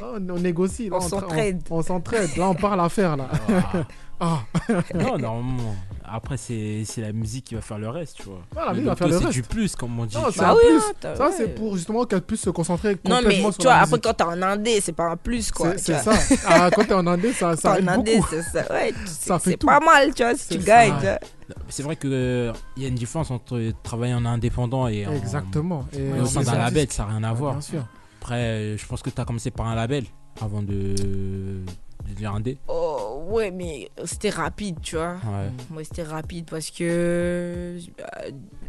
C: Oh, on négocie. là,
D: On
C: tra-
D: s'entraide.
C: On, on s'entraide. Là, on parle à
D: [LAUGHS]
C: faire, là.
E: Ah.
C: Ah,
E: [LAUGHS] non, normalement. Après, c'est c'est la musique qui va faire le reste, tu vois.
C: Ah, la musique va
E: loto,
C: faire le
E: c'est
C: reste.
E: du plus, comme on dit.
C: Non,
E: tu
C: c'est
E: vois.
C: un
D: Bah oui,
C: plus.
D: hein, t'as-
C: ça,
D: ouais.
C: c'est pour justement qu'elle puisse se concentrer
D: Non, mais
C: complètement
D: tu
C: sur
D: vois,
C: la
D: après,
C: musique.
D: quand t'es en Indé, c'est pas un plus, quoi.
C: C'est-
D: tu
C: C'est
D: vois.
C: ça. Ah, quand t'es en Indé, ça,
D: T'es en
C: ça aide
D: Indé,
C: beaucoup.
D: c'est ça. Ouais, tu-
C: Ça fait
D: c'est
C: tout.
D: pas mal, tu vois, si
C: C'est
D: tu
C: ça. Ah.
D: gagnes. tu vois.
E: C'est vrai qu'il y a une différence entre travailler en indépendant et en-
C: Exactement. Et
E: et
C: on
E: au sein
C: est
E: d'un
C: artiste.
E: label, ça n'a rien à
C: Ah,
E: voir.
C: Bien sûr.
E: Après, euh, je pense que tu as commencé par un label avant de de devenir un dé.
D: Oh, ouais, mais c'était rapide, tu vois.
E: Ouais.
D: Moi, c'était rapide parce que euh,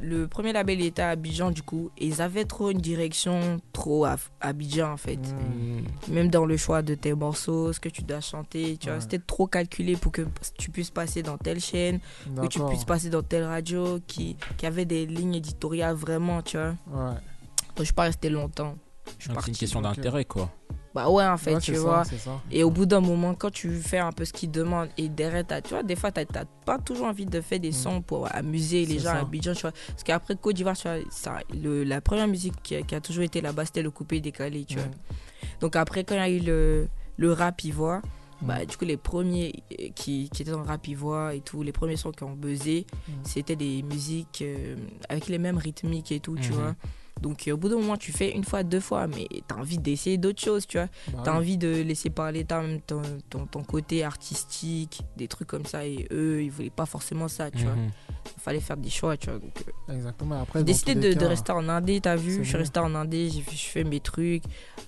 D: le premier label il était à Abidjan, du coup, et ils avaient trop une direction trop à à Abidjan, en fait.
C: Hmm,
D: Même dans le choix de tes morceaux, ce que tu dois chanter, tu
C: Ouais.
D: vois, c'était trop calculé pour que tu puisses passer dans telle chaîne, que tu
C: D'accord.
D: puisses passer dans telle radio qui, qui avait des lignes éditoriales vraiment, tu vois.
C: Ouais.
D: Donc, je suis pas resté longtemps. Je suis
C: Ah,
E: Donc, C'est une
D: parti.
E: question
C: ok.
E: d'intérêt, quoi.
D: Bah ouais, en fait,
C: Ouais,
D: tu
C: c'est ça,
D: vois.
C: c'est ça.
D: Et au bout d'un moment, quand tu fais un peu ce qu'ils demandent, et derrière, t'as- tu vois, des fois, t'as t'as pas toujours envie de faire des sons pour amuser les
C: Mm. C'est
D: gens
C: ça.
D: à Abidjan, tu vois. Parce qu'après Côte d'Ivoire, tu vois, ça, le- la première musique qui a, qui a toujours été là-bas, c'était le coupé décalé, tu vois.
C: Ouais. Mm.
D: Donc après, quand il y a eu le, le rap ivoire, bah, du coup, les premiers euh, qui, qui étaient dans le rap ivoire et tout, les premiers sons qui ont buzzé,
C: Mhm.
D: c'était des musiques euh, avec les mêmes rythmiques et tout, tu
C: Mm-hmm.
E: Mhm.
D: vois. Donc euh, au bout d'un moment, tu fais une fois, deux fois, mais t'as envie d'essayer d'autres choses, tu vois.
C: Bah
D: T'as
C: oui.
D: envie de laisser parler ta- ton, ton, ton côté artistique, des trucs comme ça, et eux, ils voulaient pas forcément ça, tu vois.
E: Mhm.
D: Il fallait faire des choix, tu vois. Donc, euh,
C: Exactement. Après,
D: j'ai
C: dans
D: décidé
C: tous les
D: de, de
C: cas,
D: rester en Indé, t'as
C: c'est
D: vu Je suis
C: mieux.
D: resté en Indé, j'ai fait- je fais mes trucs.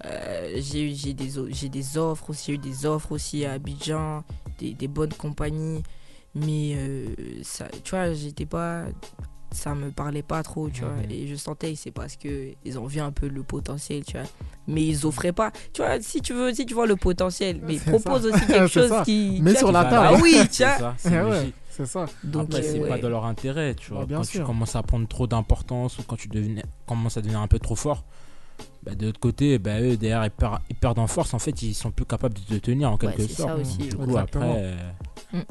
D: Euh, j'ai j'ai des, o- j'ai des offres aussi, j'ai eu des offres aussi à Abidjan, des, des bonnes compagnies. Mais euh, ça, tu vois, j'étais pas. Ça me parlait pas trop, tu vois.
E: Mhm.
D: Et je sentais, c'est parce que ils ont vu un peu le potentiel, tu vois. Mais ils offraient pas. Tu vois, si tu veux, si tu vois le potentiel, mais
C: C'est
D: propose aussi quelque
C: C'est
D: chose
C: ça.
D: qui.
C: Mais
D: tu Ah
C: sur
D: vois,
C: la
D: qui-
C: table.
D: Ah oui,
E: [LAUGHS] C'est
D: tiens.
E: ça, c'est
C: Eh [LAUGHS] ouais,
E: logique.
C: c'est ça.
D: Donc,
E: Après, c'est
D: euh,
E: pas
D: ouais.
E: dans leur intérêt, tu vois.
C: Bah, bien
E: quand
C: sûr.
E: tu commences à prendre trop d'importance ou quand tu deviens- commences à devenir un peu trop fort, bah, de l'autre côté, bah, eux, derrière, ils, per- ils perdent en force. En fait, ils sont plus capables de te tenir en
D: Ouais,
E: quelque
D: c'est
E: sorte.
D: ça aussi.
E: Du coup,
C: Mm. Exactement.
E: après, euh,
D: Mm.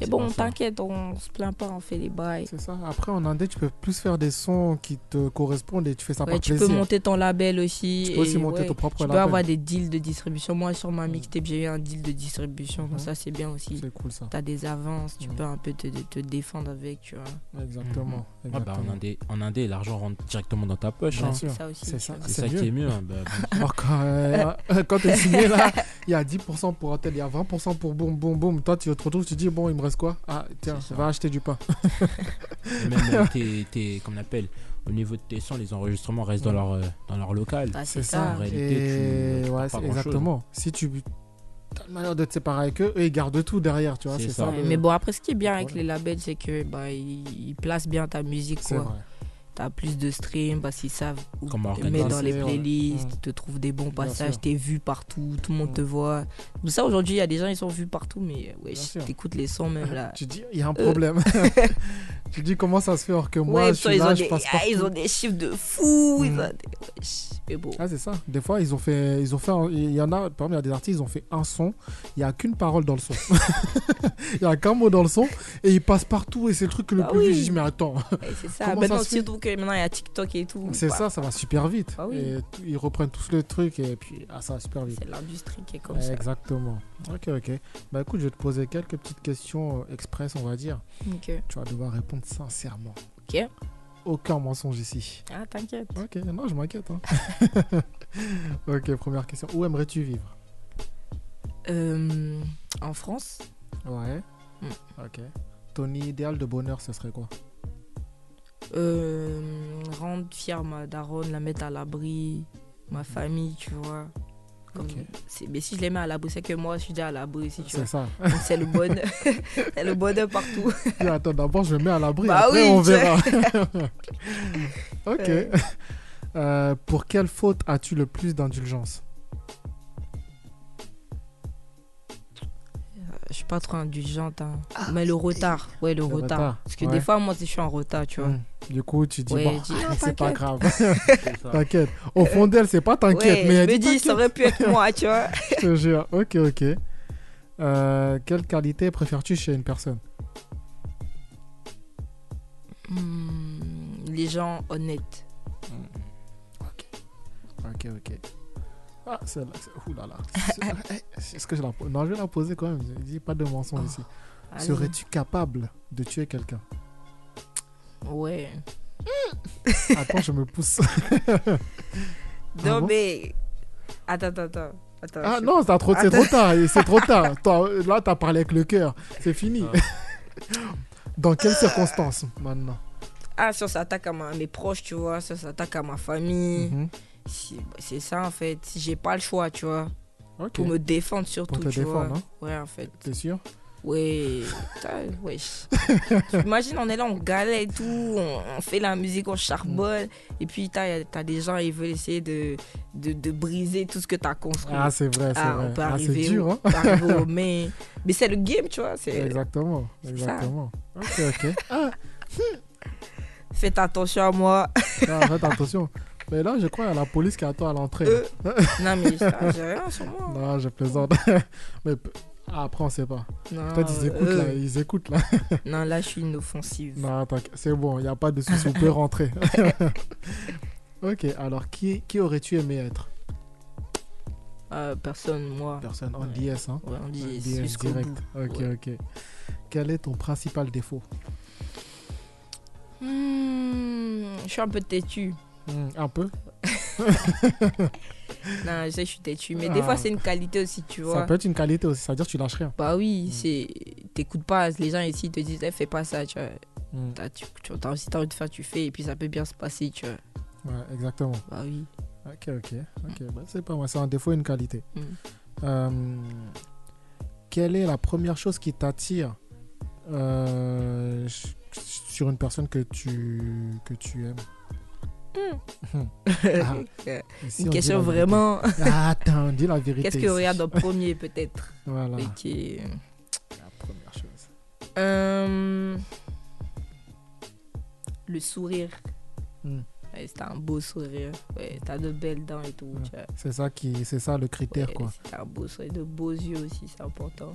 D: Mais bon, t'inquiète, on se plaint pas, on fait les bails.
C: C'est ça. Après, en indé, tu peux plus faire des sons qui te correspondent et tu fais ça
D: Ouais,
C: par
D: tu
C: plaisir.
D: peux monter ton label aussi.
C: Tu peux aussi
D: et
C: monter
D: ouais,
C: ton propre
D: Tu peux
C: label.
D: avoir des deals de distribution. Moi, sur ma mixtape, j'ai eu un deal de distribution.
C: Mhm.
D: Donc ça, c'est bien aussi.
C: C'est cool ça.
D: T'as des avances, tu
C: Mhm.
D: peux un peu te, te défendre avec, tu vois.
C: Exactement.
E: Ouais, bah, en,
C: Exactement.
E: indé, en Indé, l'argent rentre directement dans ta poche.
C: Bien
E: hein.
C: sûr. [LAUGHS]
D: Ça aussi.
C: C'est ça.
E: C'est ça
C: mieux.
E: qui est mieux. hein. Bah, bah, [LAUGHS]
C: Alors, quand, euh, [LAUGHS] quand t'es signé là, il y a 10% pour Hotel, il y a 20% pour boum, boum, boum. Toi, tu te retrouves, tu dis, bon, il me reste quoi Ah, tiens,
E: C'est ça.
C: va acheter du pain.
E: et même euh, tes, tes- comme on appelle, au niveau de tes sons, les enregistrements restent dans leur, euh, dans leur local.
D: Ah, c'est
C: C'est ça.
D: ça.
E: En réalité,
C: Et
E: tu- tu
C: ouais,
E: perds
C: c'est-
E: pas grand-chose.
C: exactement. Si tu as le manière de te séparer avec eux, eux, ils gardent tout derrière, tu vois.
E: C'est
C: C'est
E: ça.
C: ça.
D: Ouais,
C: le-
D: Mais bon, après, ce qui est bien avec
C: euh, Voilà.
D: les labels, c'est que bah, ils, ils placent bien ta musique.
C: c'est
D: quoi.
C: vrai.
D: T'as plus de streams parce qu'ils savent où
E: Comment
D: te mettre dans
E: organiser,
D: les
C: ouais.
D: playlists,
C: Mhm.
D: ils te trouvent des bons
C: Bien
D: passages,
C: sûr.
D: t'es vu partout, tout le monde
C: Mhm.
D: te voit. Mais ça, aujourd'hui, il y a des gens, ils sont vus partout, mais ouais,
C: Bien sûr.
D: t'écoutes les sons
C: [LAUGHS]
D: même là.
C: Tu dis, il y a un problème.
D: [LAUGHS]
C: [LAUGHS] tu dis, comment ça se fait alors que moi,
D: Euh. ouais,
C: je
D: putain,
C: suis
D: ils,
C: là,
D: ont
C: je
D: des,
C: passe
D: ah, ils
C: partout.
D: ont des chiffres de fou. Ils
C: Mhm.
D: ont des... wesh, mais bon.
C: Ah, c'est ça. Des fois, ils ont fait. Ils ont fait un- il y en a, parmi des artistes, ils ont fait un son. Il n'y a qu'une parole dans le son. [LAUGHS] Il n'y a qu'un mot dans le son. Et ils passent partout. Et c'est le truc que le
D: Ah
C: public
D: oui. Bah
C: dit, mais attends.
D: Ouais, c'est ça.
C: Comment
D: maintenant,
C: ça se fait
D: surtout que maintenant, il y a TikTok et tout.
C: C'est
D: Bah,
C: ça, ça va super vite.
D: Ah oui.
C: Et tout- ils reprennent tous le truc. Et puis, ah, ça va super vite.
D: C'est l'industrie qui est comme ça.
C: Exactement. Ok, ok. Bah écoute, je vais te poser quelques petites questions euh, express, on va dire.
D: Ok.
C: Tu vas devoir répondre sincèrement.
D: Ok.
C: Aucun mensonge ici.
D: Ah, t'inquiète.
C: Ok, non, je m'inquiète.
D: [LAUGHS]
C: hein. ok, première question. Où aimerais-tu vivre
D: Euh, en France,
C: Ouais.
D: Hmm.
C: Ok. Ton idéal de bonheur, ce serait quoi
D: euh, rendre fière ma daronne, la mettre à l'abri, ma famille, tu vois. Comme-
C: Ok.
D: c'est- Mais si je les mets à l'abri, c'est que moi, je suis déjà à l'abri aussi, tu vois.
C: C'est ça. [LAUGHS]
D: Donc, C'est le bonheur. [LAUGHS] c'est le bonheur partout.
C: Dis, Attends, d'abord, je me mets à l'abri.
D: Bah
C: après,
D: oui,
C: on
D: tu-
C: verra. [LAUGHS] ok.
D: Ouais.
C: Euh, pour quelle faute as-tu le plus d'indulgence
D: Je suis pas trop indulgente, hein. mais le retard, ouais, le,
C: Le
D: retard.
C: retard,
D: Parce que
C: ouais.
D: des fois, moi, je suis en retard, tu vois.
C: Hmm. Du coup, tu dis,
D: Hein. Ouais,
C: bon, [LAUGHS]
D: je dis, ah,
C: c'est pas
D: t'inquiète.
C: grave.
D: [LAUGHS]
E: C'est ça.
C: T'inquiète. Au fond d'elle, c'est pas t'inquiète,
D: ouais,
C: mais elle
D: je me
C: dit
D: dis, ça
C: t'inquiète,
D: aurait pu être moi, tu
C: [LAUGHS]
D: vois.
C: je
D: [LAUGHS]
C: te jure. Ok, ok. Euh, quelle qualité préfères-tu chez une personne
D: Hmm, les gens honnêtes.
C: Ok, ok. Ah, celle-là. c'est- Ouh là là.
D: Ah,
C: C'est- Est-ce que je la pose Non, je vais la poser quand même. Je dis pas de mensonge
D: Oh,
C: ici.
D: Allez.
C: Serais-tu capable de
D: [LAUGHS]
C: tuer quelqu'un
D: Ouais.
C: Ah Attends, je
D: [LAUGHS]
C: me pousse.
D: non,
C: bon
D: mais. Attends, attends, attends. Attends,
C: Ah
D: je-
C: non, c'est trop, c'est
D: Attends.
C: trop tard. C'est
D: [LAUGHS]
C: trop tard. Toi, là, t'as parlé avec le cœur. C'est fini. [LAUGHS] Dans quelles circonstances maintenant
D: Ah, si on s'attaque à ma- mes proches, tu vois, si on s'attaque à ma famille.
C: Mhm.
D: Si- bah, C'est ça, en fait. Si j'ai pas le choix, tu vois.
C: Ok.
D: Pour me défendre, surtout,
C: Pour te
D: tu
C: défendre,
D: vois.
C: hein.
D: Ouais, en fait.
C: T'es sûr
D: Ouais.
C: [LAUGHS]
D: Putain, wesh. Imagine, on est là, on galère et tout. On, on fait la musique, on
C: Mhm.
D: charbonne. Et puis, t'as as des gens, ils veulent essayer de, de, de briser tout ce que t'as construit.
C: Ah, c'est vrai, c'est
D: Ah,
C: vrai.
D: on peut
C: Ah, c'est
D: arriver,
C: dur,
D: au-
C: hein
D: on peut arriver
C: [LAUGHS]
D: aux mains. Mais c'est le game, tu vois. C'est...
C: Exactement,
D: c'est ça.
C: exactement. Ok, ok. Ah,
D: Faites attention à moi. [LAUGHS]
C: non, faites attention. Mais là, je crois qu'il y a la police qui attend à l'entrée.
D: Euh. non, mais putain, j'ai rien sur moi.
C: Non, je plaisante. [LAUGHS] Mais pe- ah, après, on sait pas.
D: Non,
C: Peut-être ils écoutent
D: euh,
C: là. Ils écoutent là.
D: [LAUGHS] Non, là, je suis inoffensive.
C: Non, t'inquiète, c'est bon, il n'y a pas de souci,
D: [LAUGHS]
C: on peut rentrer. [LAUGHS] ok, alors qui, qui aurais-tu aimé être
D: Euh, personne, moi.
C: Personne. En
D: Ouais.
C: DS, hein
D: Ouais, on
C: En
D: dit
C: DS
D: jusqu'au
C: direct.
D: bout.
C: Ok,
D: Ouais.
C: ok. Quel est ton principal défaut
D: Hmm, je suis un peu têtu.
C: Hmm, Un peu
D: Non, je sais, je suis têtu. Mais des
C: Ah.
D: fois, c'est une qualité aussi, tu
C: Ça
D: vois.
C: peut Hmm. être une qualité aussi, ça veut dire que tu lâches rien.
D: Bah oui, c'est. T'écoutes pas, les gens ici te disent, Eh, fais pas ça, tu vois.
C: Hmm,
D: T'as, tu, tu- t'as- si t'as envie de faire, tu fais, et puis ça peut bien se passer, tu vois.
C: Ouais, exactement.
D: Bah oui.
C: Ok, ok, ok. Bah, c'est pas moi, c'est un défaut et une qualité.
D: Mm.
C: Euh, quelle est la première chose qui t'attire euh, ch- ch- sur une personne que tu, que tu aimes Ah, ici, on
D: Euh, [LAUGHS] une
C: dit
D: question
C: la vérité.
D: vraiment.
C: [LAUGHS] Ah, Attends, dis la vérité.
D: Qu'est-ce que
C: ici.
D: regarde en premier, peut-être
C: Voilà,
D: Mais qui est-
C: la première chose.
D: Euh, Le sourire.
C: Hmm.
D: Ouais, c'est un beau sourire. Ouais, t'as de belles dents et tout.
C: Ouais.
D: tu vois.
C: C'est ça, qui, c'est ça le critère,
D: Ouais,
C: quoi.
D: si t'as un beau sourire, de beaux yeux aussi, c'est important.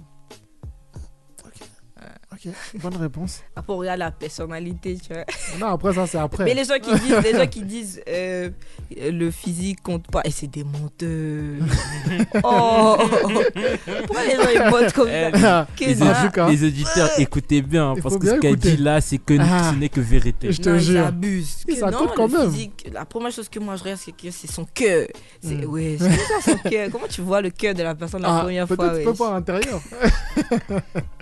C: Ok, bonne réponse.
D: Après, on regarde la personnalité, tu vois.
C: Non, après, ça, c'est après. [COUGHS]
D: Mais les gens qui disent, les gens qui disent euh, le physique compte pas, et c'est des
C: [LAUGHS]
D: menteurs. oh, Pourquoi les gens ils mentent comme
E: Eh,
C: Ah,
D: ça Que
E: les,
D: ça
C: en tout cas.
E: les auditeurs, écoutez bien,
C: Il
E: parce
C: faut
E: que
C: bien
E: ce qu'elle
C: écouter.
E: dit là, c'est que
C: Ah.
E: ce n'est que vérité.
C: Je te
D: non, ils
C: jure.
D: abusent.
C: Et
D: Que
C: ça
D: non,
C: compte quand
D: le
C: même.
D: physique, la première chose que moi je regarde, c'est que c'est son cœur. C'est,
C: Mm.
D: Ouais, c'est quoi
C: [LAUGHS]
D: ça, son cœur Comment tu vois le cœur de la personne la
C: Ah,
D: première
C: Peut-être
D: fois
C: tu
D: ouais.
C: peux voir à l'intérieur.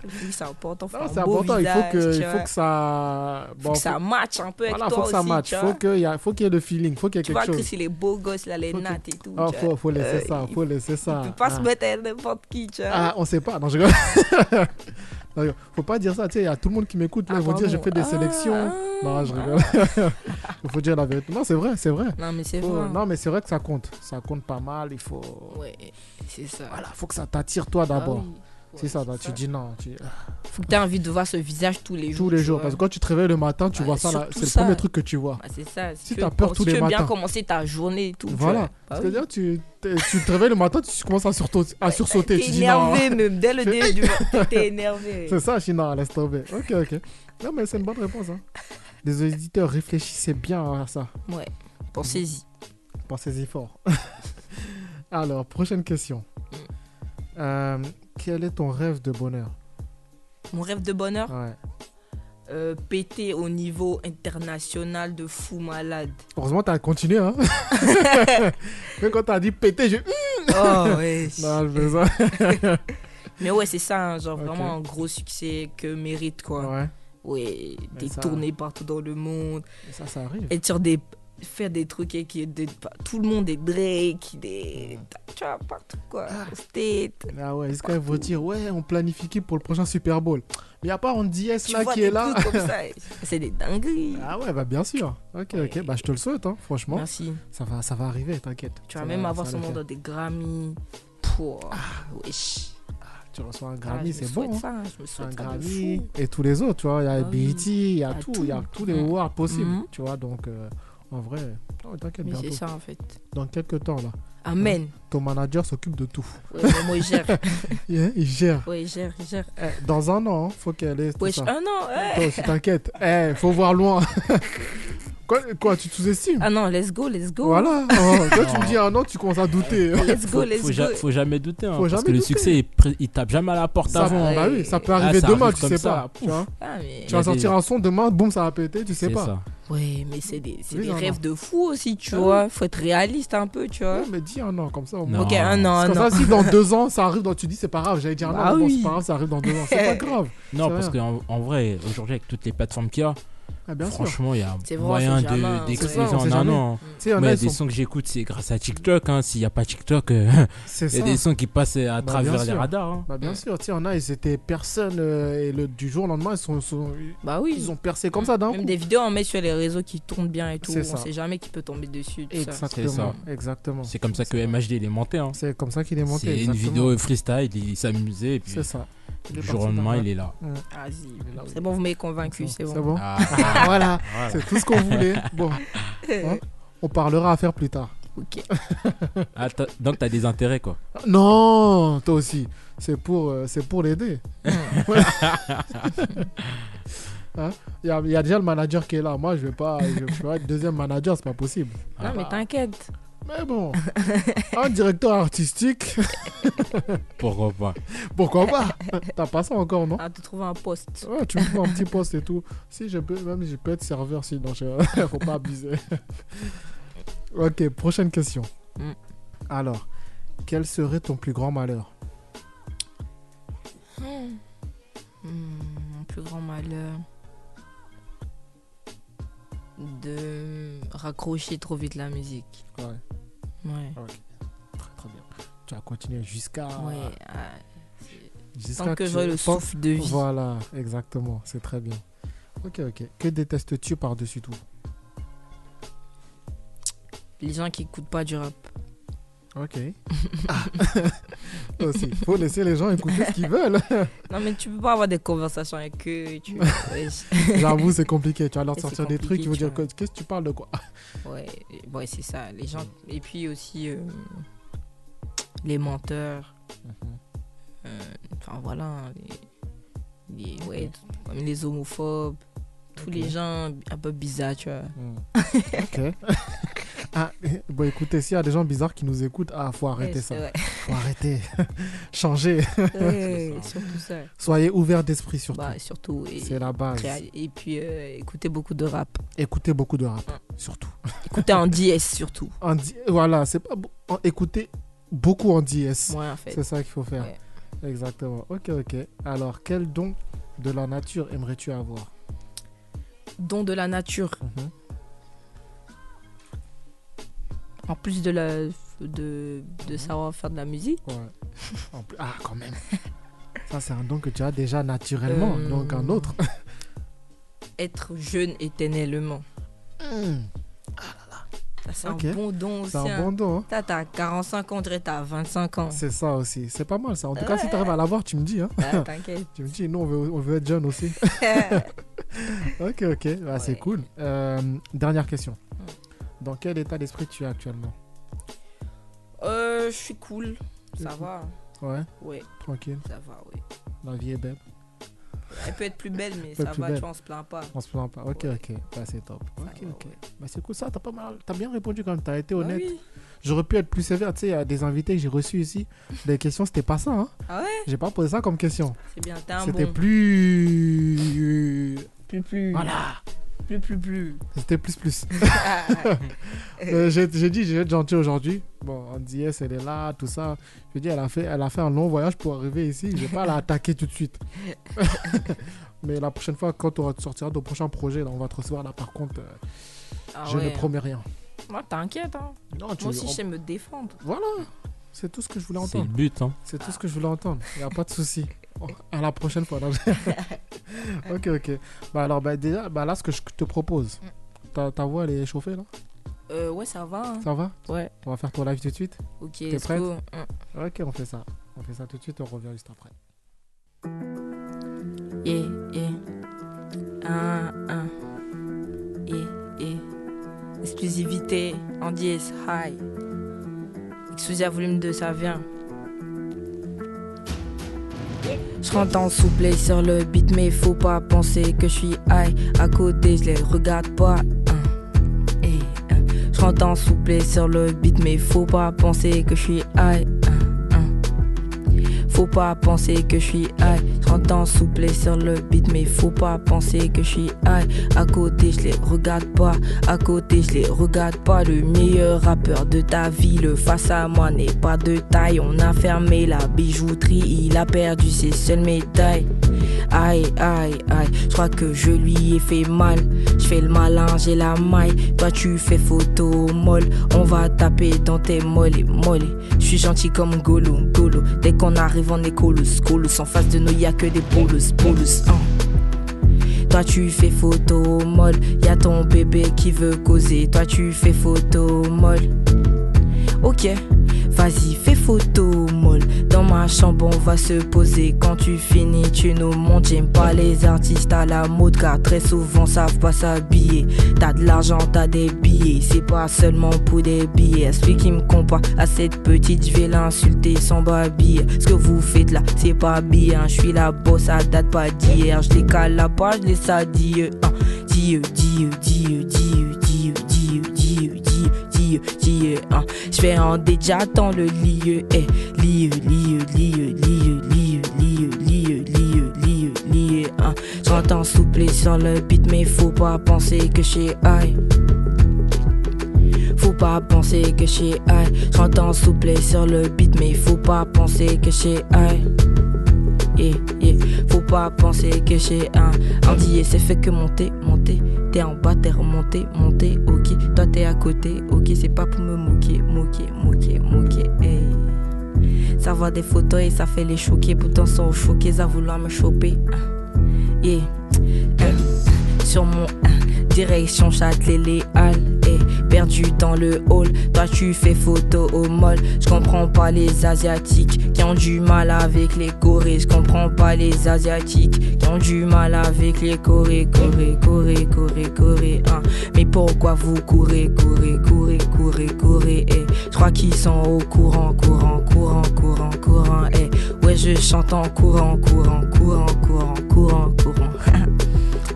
D: Le physique, C'est important. faut
C: Non,
D: un
C: c'est
D: beau
C: important. Il faut
D: visage,
C: que,
D: tu
C: il
D: vois.
C: faut que ça.
D: Faut
C: Bon,
D: que ça matche un peu avec
C: Voilà,
D: toi
C: faut que ça
D: aussi,
C: match.
D: tu
C: Faut
D: vois.
C: qu'il y, a- faut qu'il y ait le feeling. Faut qu'il y ait
D: Tu vois
C: quelque
D: que
C: chose.
D: c'est les beaux gosses, là, les
C: Faut que-
D: nattes et tout.
C: Ah,
D: tu vois.
C: faut, faut laisser
D: Euh,
C: ça.
D: il-
C: Faut laisser ça.
D: Tu peux pas
C: Ah.
D: se mettre hein. avec n'importe qui, tu vois.
C: Ah, on sait pas. Non, je rigole. [LAUGHS] Non, je rigole. Faut pas dire ça. Tu sais, il y a tout le monde qui m'écoute. Là,
D: Ah,
C: ils vont dire j'ai
D: pardon.
C: fait des
D: Ah,
C: sélections.
D: ah.
C: Non, je rigole. [LAUGHS] Il faut dire la vérité. Non, c'est vrai, c'est vrai.
D: Non, mais c'est
C: Faut-
D: vrai.
C: Oh, Non, mais c'est vrai que ça compte. Ça compte pas mal. Il faut.
D: Ouais, c'est ça.
C: Voilà, faut que ça t'attire toi d'abord.
D: Ah oui.
C: C'est
D: Ouais,
C: ça, tu dis non. tu-
D: Faut que t'aies envie de voir ce visage tous les jours.
C: Tous les
D: tu
C: jours.
D: vois.
C: Parce que quand tu te réveilles le matin, tu
D: Ouais,
C: vois ça, là,
D: surtout
C: c'est le
D: ça.
C: premier truc que tu vois.
D: Ah, c'est ça. Si,
C: Si
D: tu
C: t'as
D: veux-
C: peur
D: si
C: tous les
D: tu veux bien
C: matins.
D: commencer ta journée et tout. tu vois.
C: Voilà.
D: Bah oui.
C: C'est-à-dire, tu, t'es- tu te réveilles le matin, tu commences à, surta- à sursauter.
D: T'es
C: Tu dis non. hein.
D: énervé même. Dès le
C: C'est-
D: début du matin, t'es énervé.
C: [LAUGHS] C'est ça, China, laisse tomber. Ok, ok. Non, mais c'est une bonne réponse. hein. Les auditeurs, réfléchissez bien à ça.
D: Ouais, pensez-y.
C: Pensez-y fort. [LAUGHS] Alors, prochaine question. Euh, quel est ton rêve de bonheur
D: Mon rêve de bonheur,
C: Ouais.
D: euh, péter au niveau international de fou
C: [LAUGHS]
D: malade.
C: Heureusement, t'as
D: [LAUGHS]
C: continué. Hein Même quand t'as dit péter, je. Non,
D: Oh, ouais.
C: je fais ça.
D: [LAUGHS] Mais ouais, c'est ça, hein, genre
C: Bah. Ok.
D: vraiment un gros succès que mérite quoi.
C: Ouais.
D: Ouais, des
C: ça-
D: tournées partout dans le monde,
C: Et ça, ça arrive.
D: être sur des faire des trucs et qui des- pas- tout le monde est Drake, des tu vois partout quoi, au state.
C: Ah ouais, est-ce qu'elle vous dire, ouais, on planifie qui pour le prochain Super Bowl Mais y a pas Andy S
D: Tu
C: là
D: vois
C: qui
D: des
C: est là
D: trucs comme ça, et- [LAUGHS] c'est des dingueries.
C: Ah ouais, bah bien sûr. Ok, ok,
D: Ouais.
C: bah je te le souhaite, hein, franchement.
D: Merci.
C: Ça va, ça va arriver, t'inquiète.
D: Tu vas
C: Ça
D: même
C: va-
D: avoir
C: ça
D: ce
C: va
D: monde
C: le
D: dans des Grammys. Pouah, wesh.
C: faire. Tu reçois un
D: Ah, je
C: Grammy,
D: me
C: c'est
D: souhaite
C: bon. hein.
D: ça, je me
C: Un
D: souhaite ça de
C: Grammy
D: fou.
C: et tous les autres, tu vois. Il y a
D: Ah oui.
C: BET, il y a
D: Ah,
C: tout,
D: tout.
C: il y a tous les
D: Mhm.
C: awards possibles,
D: Mhm.
C: tu vois. Donc, euh, en vrai, non, mais t'inquiète
D: Mais c'est
C: bientôt.
D: ça en fait.
C: Dans quelques temps, là,
D: Amen.
C: ton manager s'occupe de tout. [LAUGHS]
D: Ouais, mais moi il gère,
C: Yeah, il gère.
D: ouais, il gère, il
C: [LAUGHS]
D: gère.
C: Eh, dans un an, hein, faut qu'elle ait tout
D: Wesh,
C: ça.
D: un an, ouais.
C: Toi aussi, t'inquiète. [LAUGHS] Eh, faut voir loin. [LAUGHS] quoi, quoi, tu te sous-estimes
D: Ah non, let's go, let's go.
C: Voilà. Oh, toi, tu
E: Non.
C: me dis un an, tu commences à douter.
D: Let's go,
E: Faut,
D: let's
E: faut
D: go.
E: ja- faut jamais douter, hein,
C: Faut
E: parce
C: jamais
E: que le
C: douter.
E: succès, il, pr- il tape jamais à la porte
C: Ça,
E: avant.
C: bah oui, ça peut arriver
E: Ah, ça
C: demain,
E: arrive
C: tu
E: comme
C: sais pas.
E: ça.
C: Tu, vois.
D: Ah, mais...
C: Tu vas
E: des-
C: sortir un son demain, boum, ça va péter, tu sais
E: C'est
C: pas.
E: ça.
D: Ouais, mais c'est des, c'est
C: Oui,
D: des
C: non,
D: rêves de fou aussi, tu
C: Ah
D: vois. Faut être réaliste un peu, tu vois.
C: Ouais, mais dis un an, comme ça, au
E: Non.
C: moins.
D: Ok, un an,
C: Ah. Parce
D: un
C: que
D: an.
C: ça, si dans deux ans, ça arrive, donc tu dis, c'est pas grave, j'allais dire un an,
D: Bah
C: mais bon,
D: oui.
C: c'est pas grave, ça arrive dans deux ans,
E: [LAUGHS]
C: c'est pas grave.
E: Non,
C: C'est
E: parce
C: vrai.
E: qu'en en vrai, aujourd'hui, avec toutes les plateformes qu'il y a,
C: Ah, bien sûr. Tu
E: franchement, il y a
D: C'est vrai, on
E: moyen
D: sait jamais, hein,
E: de-
C: c'est
E: d'exploser
C: ça, on sait
E: en un
C: jamais.
E: an.
C: sais, il y en
E: Moi,
C: a,
E: il y a
C: ils
E: des
C: sont-
E: sons que j'écoute, c'est grâce à TikTok. hein. S'il n'y a pas TikTok, euh,
C: C'est
E: il y
C: ça.
E: a des sons qui passent à
C: Bah, bien
E: travers les
C: sûr.
E: radars. hein.
C: Bah, bien sûr, tu sais, il y en a, ils étaient personne, euh, et le, du jour au lendemain, ils, sont, sont-
D: Bah oui.
C: ils ont percé comme ça d'un
D: Même
C: coup.
D: des vidéos, on met sur les réseaux qui tournent bien et tout.
C: C'est
D: On
C: ça.
D: sait jamais qui peut tomber dessus, tout ça.
E: C'est ça.
C: Exactement, exactement.
E: C'est comme ça que MHD il est monté. hein.
C: C'est comme ça qu'il est monté.
E: C'est une
C: exactement.
E: vidéo freestyle, il s'amusait, et puis
C: C'est ça.
E: du jour au lendemain, il est là.
D: Vas-y.
C: là, oui.
D: C'est bon, vous m'avez convaincu, c'est bon.
E: Ah,
C: Ah, voilà,
E: voilà.
C: c'est tout ce qu'on voulait. Bon,
D: [LAUGHS]
C: hein, on parlera à faire plus tard.
D: Ok.
E: Ah, t'as- donc t'as des intérêts quoi.
C: Non, toi aussi. C'est pour, euh, c'est pour l'aider. [LAUGHS] Hein Il y, a- il y a déjà le manager qui est là. Moi, je vais pas, je vais pas être deuxième manager, c'est pas possible.
E: Ah
D: Non, mais
E: bah,
D: t'inquiète.
C: Mais bon, un directeur artistique,
E: pourquoi pas
C: pourquoi pas T'as pas ça encore, non
D: On va te trouver un poste.
C: Ouais, Tu me prends un petit poste et tout. Si je peux, même je peux être serveur, si non, je... [LAUGHS] faut pas abuser. ok, prochaine question.
D: Mm.
C: Alors, quel serait ton plus grand malheur
D: Hmm, mon plus grand malheur. De raccrocher trop vite la musique.
C: Ouais,
D: Ouais.
C: très très bien. Tu as continué jusqu'à.
D: Ouais. ah, c'est-
C: Jusqu'à
D: Tant que
C: tu-
D: j'aurai le
C: tant-
D: souffle de vie.
C: Voilà, exactement, c'est très bien. Ok, ok. Que détestes-tu par-dessus tout
D: Les gens qui écoutent pas du rap.
C: Ok. Ah. [LAUGHS] Aussi, faut laisser les gens écouter ce qu'ils
D: [LAUGHS]
C: veulent.
D: Non, mais tu peux pas avoir des conversations avec eux.
C: [LAUGHS]
D: Tu... ouais,
C: J'avoue, c'est compliqué. Tu vas leur
D: Et
C: sortir
D: c'est
C: des trucs, ils vont
D: compliqué,
C: dire
D: tu vois.
C: Qu'est-ce que tu parles
D: [LAUGHS]
C: de quoi
D: ouais c'est ça. Les gens... Et puis aussi, euh,
C: Mm-hmm.
D: les menteurs. euh, Enfin, voilà. Les... les,
G: Ouais.
D: comme les homophobes, tous les gens un peu bizarres, tu vois.
C: Ok. Ah, bon, écoutez, s'il y a des gens bizarres qui nous écoutent, ah, faut arrêter
D: Ouais,
C: ça.
D: c'est
C: [LAUGHS]
D: vrai.
C: Faut arrêter. Changer.
D: Ouais, surtout ça.
C: Soyez ouverts d'esprit surtout.
D: Bah, surtout. Et,
C: C'est la base.
D: et puis, euh, écoutez beaucoup de rap.
C: Écoutez beaucoup de rap, surtout.
D: Écoutez en DS surtout.
C: En di- Voilà, c'est pas bo- en- écoutez beaucoup en DS.
D: Moi, en fait.
C: C'est ça qu'il faut faire. Exactement. Ok, ok. Alors, quel don de la nature aimerais-tu avoir
D: Don de la nature.
C: Mhm.
D: En plus de, la, de, de savoir faire de la musique.
C: Ouais. En plus- Ah,
D: [LAUGHS]
C: quand même. Ça, c'est un don que tu as déjà naturellement,
D: Euh,
C: donc un
D: [CLEARS THROAT]
C: autre.
D: Être jeune éternellement. Ça, c'est
C: Ok.
D: un bon don aussi.
C: c'est un
D: hein.
C: bon don. hein.
D: T'as t'as 45 ans, on dirait t'as 25 ans.
C: C'est ça aussi. C'est pas mal ça. En tout cas, si tu arrives à l'avoir, tu me dis. Hein.
D: Ah, T'inquiète.
C: Tu me dis, nous, on veut, on veut être jeune
D: [LAUGHS]
C: aussi. ok, ok. Bah, C'est
D: Ouais. Mm.
C: cool. Euh, dernière question. Dans quel état d'esprit tu es actuellement
D: Euh, je suis cool. Ça
C: cool.
D: va.
C: Ouais,
D: Ouais,
C: tranquille.
D: ça va, ouais.
C: La vie est belle.
D: Elle peut être plus belle, mais
C: Peut être
D: ça
C: plus
D: va,
C: belle.
D: tu vois, on se plaint pas.
C: On se plaint pas. Ok,
D: Ouais.
C: ok. Bah, C'est top. Ok,
D: va,
C: ok.
D: ouais.
C: Bah, C'est cool ça. T'as pas mal. T'as bien répondu quand même. T'as été
D: Ah
C: honnête.
D: oui.
C: J'aurais pu être plus sévère. Tu sais, il y a des invités que j'ai reçus ici. Les questions, c'était pas ça. Hein.
D: Ah ouais
C: J'ai pas posé ça comme question.
D: C'est bien, t'es un
C: C'était
D: bon.
C: plus.
D: Plus, plus.
C: Voilà.
D: Plus, plus, plus.
C: C'était plus plus.
D: [LAUGHS] Ah,
C: Euh, J'ai j'ai dit, je vais être gentil aujourd'hui. Bon, on dit, yes, elle est là, tout ça. Je dis, elle a fait, elle a fait un long voyage pour arriver ici. Je vais pas la attaquer tout
D: [LAUGHS]
C: de suite. Mais la prochaine fois, quand on sortira de prochain projet, là, on va te recevoir là. Par contre, euh,
D: ah
C: je ne
D: ouais.
C: promets rien.
D: Moi, t'inquiète, hein.
C: Non, tu
D: Moi aussi,
C: on-
D: je sais me défendre.
C: Voilà, c'est tout ce que je voulais
E: C'est le
C: entendre.
E: but, hein.
C: C'est tout ce que je voulais entendre. Il n'y a pas de souci.
D: [LAUGHS]
C: Oh, À la prochaine fois. non, je- ok, ok. Bah alors, bah, déjà, bah, là, ce que je te propose,
D: Mm.
C: ta, ta voix, elle est chauffée là
D: Euh, ouais, ça va. hein.
C: Ça va
D: Ouais,
C: On va faire ton live tout de suite
D: ok,
C: T'es
D: let's
C: prête
D: go. Hein.
C: Ok, on fait ça. On fait ça tout de suite, on revient juste
D: [LAUGHS]
C: après.
D: Yeah, yeah. Ah, ah. Yeah, yeah. E, Exclusivité, en DS, high. Exclusive volume 2, ça vient. Je rentre en souple sur le beat, mais faut pas penser que je suis high. À côté, je les regarde pas. Hein. Eh, hein. Je rentre en souple sur le beat, mais faut pas penser que je suis high. Hein, hein. Faut pas penser que je suis high. Je rentre en souple sur le beat, mais faut pas penser que je suis high. À côté, je les regarde pas. À côté, je les regarde pas. Le meilleur rappeur de ta vie, le face à moi n'est pas de taille. On a fermé la bijouterie, il a perdu ses seules médailles. Aïe, aïe, aïe, je crois que je lui ai fait mal. Je fais le malin, j'ai la maille. Toi, tu fais photo molle. On va taper dans tes mollets, mollets. Je suis gentil comme Golo, Golo. Dès qu'on arrive, on est colus, colus. En face de nous, y a que des polus, polus. hein. Toi tu fais photo molle, y a ton bébé qui veut causer. Toi tu fais photo molle. Ok, vas-y fais photo molle. Dans ma chambre on va se poser. Quand tu finis tu nous montes. J'aime pas les artistes à la mode car très souvent savent pas s'habiller. T'as de l'argent, t'as des billets. C'est pas seulement pour des billets. Celui qui me compare à cette petite, je vais l'insulter sans babiller. Ce que vous faites là, c'est pas bien. Je suis la bosse, à date pas d'hier. Je les cale la page, je les sadie. Hein. Dieu, Dieu, Dieu, Dieu, Dieu, Dieu, Dieu, Dieu, Dieu, Dieu, hein. Je vais en déjà dans le lieu, eh. Lieu, lieu, lieu, lieu, lieu, lieu, lieu, lieu, lieu, lieu, hein. J'entends souple sur le beat, mais faut pas penser que chez aïe. Faut pas penser que chez aïe. J'entends souple sur le beat, mais faut pas penser que chez aïe. Yeah, yeah. Eh, Faut pas penser que j'ai un Andy et c'est fait que monter, monter. T'es en bas, t'es remonté, monté, ok. Toi t'es à côté, ok. C'est pas pour me moquer, moquer, moquer, moquer, hey. Ça voit des photos et ça fait les choquer. Pourtant, ils sont choqués à vouloir me choper. Ah, Yeah. Ah, Eh. Sur mon ah,
F: Direction Châtelet, les Halles. Et perdu dans le hall, toi tu fais photo au mall. Je comprends pas les Asiatiques qui ont du mal avec les Corées. Je comprends pas les Asiatiques qui ont du mal avec les Corées. Corées, Corées, Corées, Corées. hein. Mais pourquoi vous courez, courez, courez, courez, courez. Et je crois qu'ils sont au courant, courant, courant, courant, courant. Et ouais, je chante en courant, courant, courant, courant, courant, courant. [LAUGHS]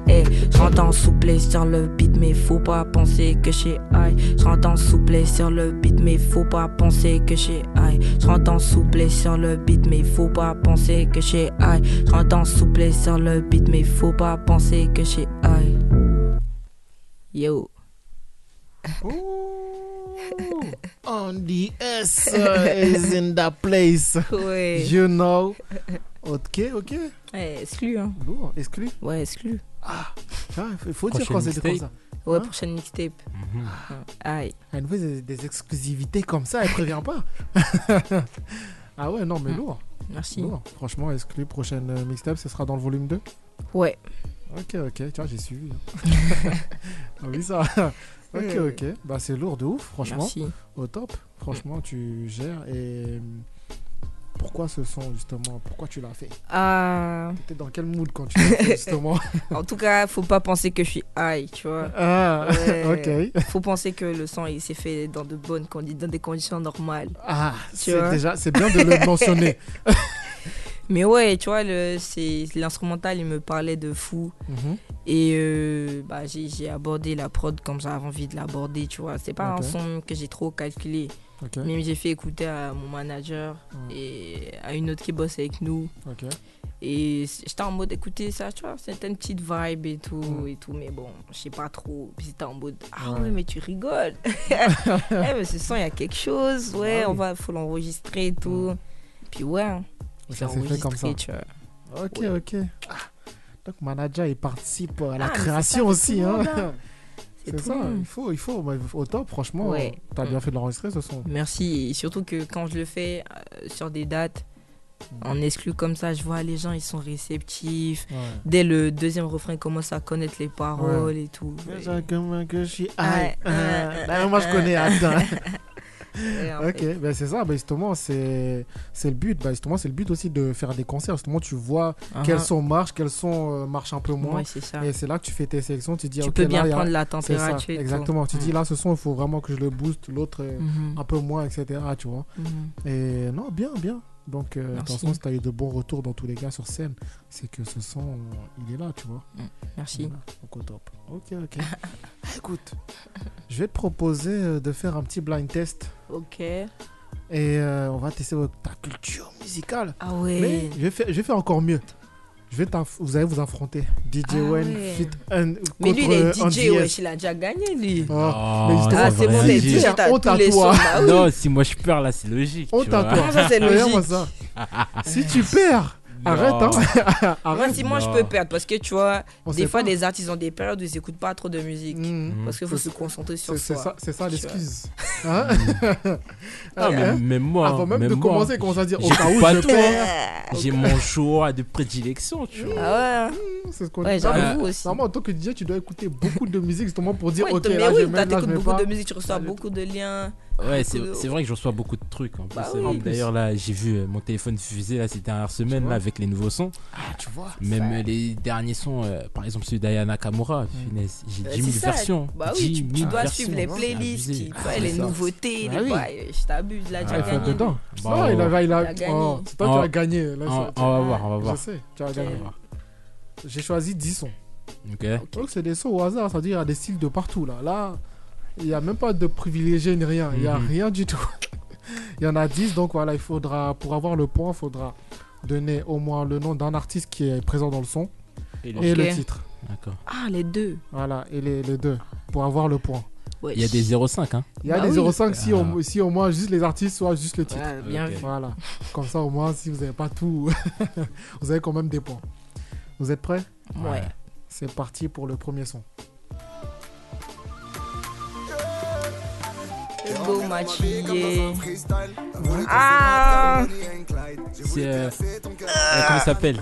F: Eh, Hey, je rentre en souplesse sur le beat, mais faut pas penser que chez aïe. Je rentre en souplesse sur le beat, mais faut pas penser que chez aïe. Je rentre en souplesse sur le beat, mais faut pas penser que chez aïe. Je rentre en souplesse sur le beat, mais faut pas penser que chez aïe. Yo.
C: On the Oh, S euh, is in the
D: [LAUGHS]
C: place.
D: Ouais.
C: You know. Ok, ok.
D: Ouais, exclu, hein.
C: Lourd, exclu.
D: Ouais, exclu.
C: Ah, Il faut dire
E: Prochaine
C: quand c'est comme ça.
E: mixtape.
D: Ouais,
C: Hein
D: prochaine mixtape.
E: Mhm.
F: Ah.
D: Aïe.
C: Elle nous fait des, des exclusivités comme ça, elle prévient
D: [LAUGHS]
C: pas. ah ouais, non, mais
D: Mm.
C: lourd.
D: Merci.
C: lourd. Franchement, exclu. Prochaine euh, mixtape, ce sera dans le volume 2.
D: Ouais.
C: Ok, ok, tu vois, j'ai suivi. hein.
D: [LAUGHS]
C: Ah oui, ça. ok, ok. Bah, c'est lourd de ouf, franchement.
D: Euh. Merci.
C: Au top. Franchement, tu gères et. hum, Pourquoi ce son, justement Pourquoi tu l'as fait
D: Ah,
C: T'étais dans quel mood quand tu l'as fait,
D: [LAUGHS]
C: justement
D: en tout cas, faut pas penser que je suis high, tu vois.
C: Ah,
D: Ouais.
C: [LAUGHS] ok.
D: Faut penser que le son il s'est fait dans de bonnes condi- dans des conditions normales.
C: Ah, c'est
D: vois
C: déjà, c'est bien de
D: [LAUGHS]
C: le mentionner.
D: Mais ouais, tu vois, le- c'est l'instrumental, il me parlait de fou.
C: Mhm.
D: Et euh, bah, j'ai j'ai abordé la prod comme j'avais envie de l'aborder, tu vois. C'est pas
C: Ok.
D: un son que j'ai trop calculé.
C: Ok,
D: Mais j'ai fait écouter à mon manager
C: Ouais.
D: et à une autre qui bosse avec nous.
C: ok.
D: Et c- j'étais en mode écouter ça, tu vois, c'était une petite vibe et tout,
C: Mm.
D: et tout, mais bon, je sais pas trop. Puis c'était en mode, ah
C: Ouais.
D: ouais, mais tu
C: [LAUGHS]
D: rigoles. Eh, mais ce son, il y a quelque chose, ouais,
C: Ah oui. Mm.
D: on va, faut l'enregistrer et tout. Puis ouais, j'ai
C: Ça s'est fait comme ça.
D: enregistré, tu vois.
C: Ok,
D: Ouais.
C: ok. Ah, Donc, manager, il participe à la
D: Ah, mais c'est
C: création
D: ça, c'est
C: aussi.
D: tout le
C: Hein.
D: monde,
C: [LAUGHS]
D: hein. C'est
C: C'est
D: tout
C: ça,
D: le monde.
C: il faut, il faut. bah, Au top, franchement,
D: Ouais. Mm.
C: t'as bien fait de l'enregistrer ce son.
D: Merci, et surtout que quand je le fais euh, sur des dates, en exclu comme ça, je vois les gens, ils sont réceptifs.
C: Ouais.
D: Dès le deuxième refrain, ils commencent à connaître les paroles et tout.
C: Déjà comme que je suis
D: Ouais.
C: high. Bah, moi je
D: [LAUGHS]
C: connais, attends.
D: Ouais, en fait.
C: ok, ben c'est ça, ben justement, c'est c'est le but. Ben justement, c'est le but aussi de faire des concerts. Justement, tu vois
D: Ah,
C: quels
D: ah.
C: sons marchent, quels sons euh, marchent un peu moins.
D: Ouais, c'est ça.
C: Et c'est là que tu fais tes sélections. Tu dis,
D: tu
C: ok,
D: peux
C: là,
D: bien
C: il y a-
D: prendre la
C: c'est ça,
D: température. et tout.
C: Exactement. Tu
D: Mm.
C: dis, là, ce son, il faut vraiment que je le booste. L'autre, euh,
D: Mhm,
C: un peu moins, etc. Tu vois.
D: mhm.
C: Et non, bien, bien. Donc, euh, de toute
D: Merci.
C: façon, si tu as eu de bons retours dans tous les cas sur scène, c'est que ce son, euh, il est là, tu vois.
D: Merci.
C: Voilà. Donc, au top. Ok, ok. [LAUGHS] Écoute, je vais te proposer euh, de faire un petit blind test
D: Ok.
C: et euh, on va tester votre- ta culture musicale.
D: Ah
C: Mais
D: ouais.
C: je vais, faire, je vais faire encore mieux. Je vais t'aff- vous allez vous affronter. DJ
D: Ah
C: Wen
D: ouais.
C: fit un,
D: Mais lui, il est
C: contre, euh,
D: DJ,
C: Andy
D: ouais,
C: S.
D: il a déjà gagné, lui.
C: Oh,
E: Non,
C: mais justement,
D: Ah,
E: ça
D: c'est
E: va
D: bon,
E: rien
D: les
E: dire.
D: DJ,
C: dire,
D: t'as
C: honte à
D: tous les sons.
C: toi.
D: Bah oui.
E: Non, si moi je perds là, c'est logique. tu
C: Honte à
E: vois.
C: toi.
D: Comment ça, c'est
C: Regarde-moi
D: logique
C: ça.
D: [LAUGHS]
C: Si tu perds,
E: Non.
C: arrête. Hein.
D: Moi,
C: [LAUGHS] arrête.
D: si moi, je
E: Non.
D: peux perdre. Parce que tu vois,
C: On
D: des
C: sait
D: fois,
C: pas.
D: des artistes ont des périodes où ils écoutent pas trop de musique.
C: Mhm.
E: Mm.
D: Parce qu'il faut
C: C'est-
D: se concentrer sur
C: C'est c'est
D: soi.
C: ça, c'est ça
D: Tu
C: l'excuse. Hein
D: Mm.
C: [LAUGHS]
E: Ah,
C: Ouais.
E: mais même moi.
C: Avant même
E: même
C: de
E: moi,
C: commencer, commence à dire au
E: j'ai
C: cas où
E: pas
C: je
E: tout.
C: perds.
E: J'ai mon choix de prédilection, tu vois.
D: Ah ouais.
C: C'est ce qu'on
D: Ouais,
C: dit. Ah,
D: j'avoue aussi.
C: Normalement, en tant que DJ, tu dois écouter beaucoup de musique justement pour dire
D: Ouais,
C: ok,
D: mais
C: là, je
D: oui,
C: mets,
D: t'as-
C: là, je
D: t'écoutes
C: mets
D: beaucoup
C: pas.
D: de musique, tu reçois
C: Là, je-
D: beaucoup de liens.
E: Ouais, c'est
D: Beaucoup Ah, de-
E: c'est vrai que je reçois beaucoup de trucs. En plus,
D: Bah
E: C'est
D: oui.
E: vrai que D'ailleurs, là, j'ai vu euh, mon téléphone fuser là, ces dernières semaines là, avec les nouveaux sons.
C: Ah, tu vois.
E: Même
D: Ça-
E: euh, les derniers sons, euh, par exemple celui d'Ayana Kamura, finesse, j'ai
D: Euh,
E: 10
D: c'est
E: 000
D: ça.
E: versions.
D: Bah oui,
E: 10
D: tu,
E: 000
D: tu dois
E: versions,
D: suivre les
E: c'est
D: playlists,
E: abusé. Ah,
D: qui- tu vois,
E: C'est
D: les
E: ça.
D: nouveautés,
C: Bah oui.
D: les bails. Je t'abuse là, tu as
E: Ah,
C: Il faut être
D: gagné.
C: dedans. Non,
E: Bravo.
C: Ah, il a, il a...
D: Il a gagné.
C: Oh, c'est toi qui
E: Oh. bah.
C: as gagné. Là,
E: On,
C: ça-
E: on va voir, on va
C: je
E: voir.
C: sais, tu as
E: On va
C: gagné.
E: voir.
C: J'ai choisi 10 sons.
E: Ok.
D: Euh,
C: Donc c'est des sons au hasard, c'est-à-dire il y a des styles de partout là. Là, il n'y a même pas de privilégié ni rien, il n'y a
E: Mhm.
C: rien du tout. [LAUGHS] il y en a 10, donc voilà, il faudra, pour avoir le point, il faudra donner au moins le nom d'un artiste qui est présent dans le son
E: Et
C: et
E: le-
C: le
D: Ok.
C: titre.
E: D'accord.
D: Ah, les deux.
C: Voilà, et les, les deux, pour avoir le point.
D: Ouais.
E: Il y a des 0,5 hein.
C: Il y a
D: Bah
C: des
D: oui.
C: 0,5 si, au-
E: Ah.
C: si au moins juste les artistes, soit juste le titre.
D: Ouais, bien
E: Ok.
D: vu.
C: Voilà, comme ça au moins si vous n'avez pas tout, [LAUGHS] vous avez quand même des points. Vous êtes prêts
D: Ouais.
C: C'est parti pour le premier son.
D: Let's go, Mathieu. Ah
E: C'est. euh, euh, comment il s'appelle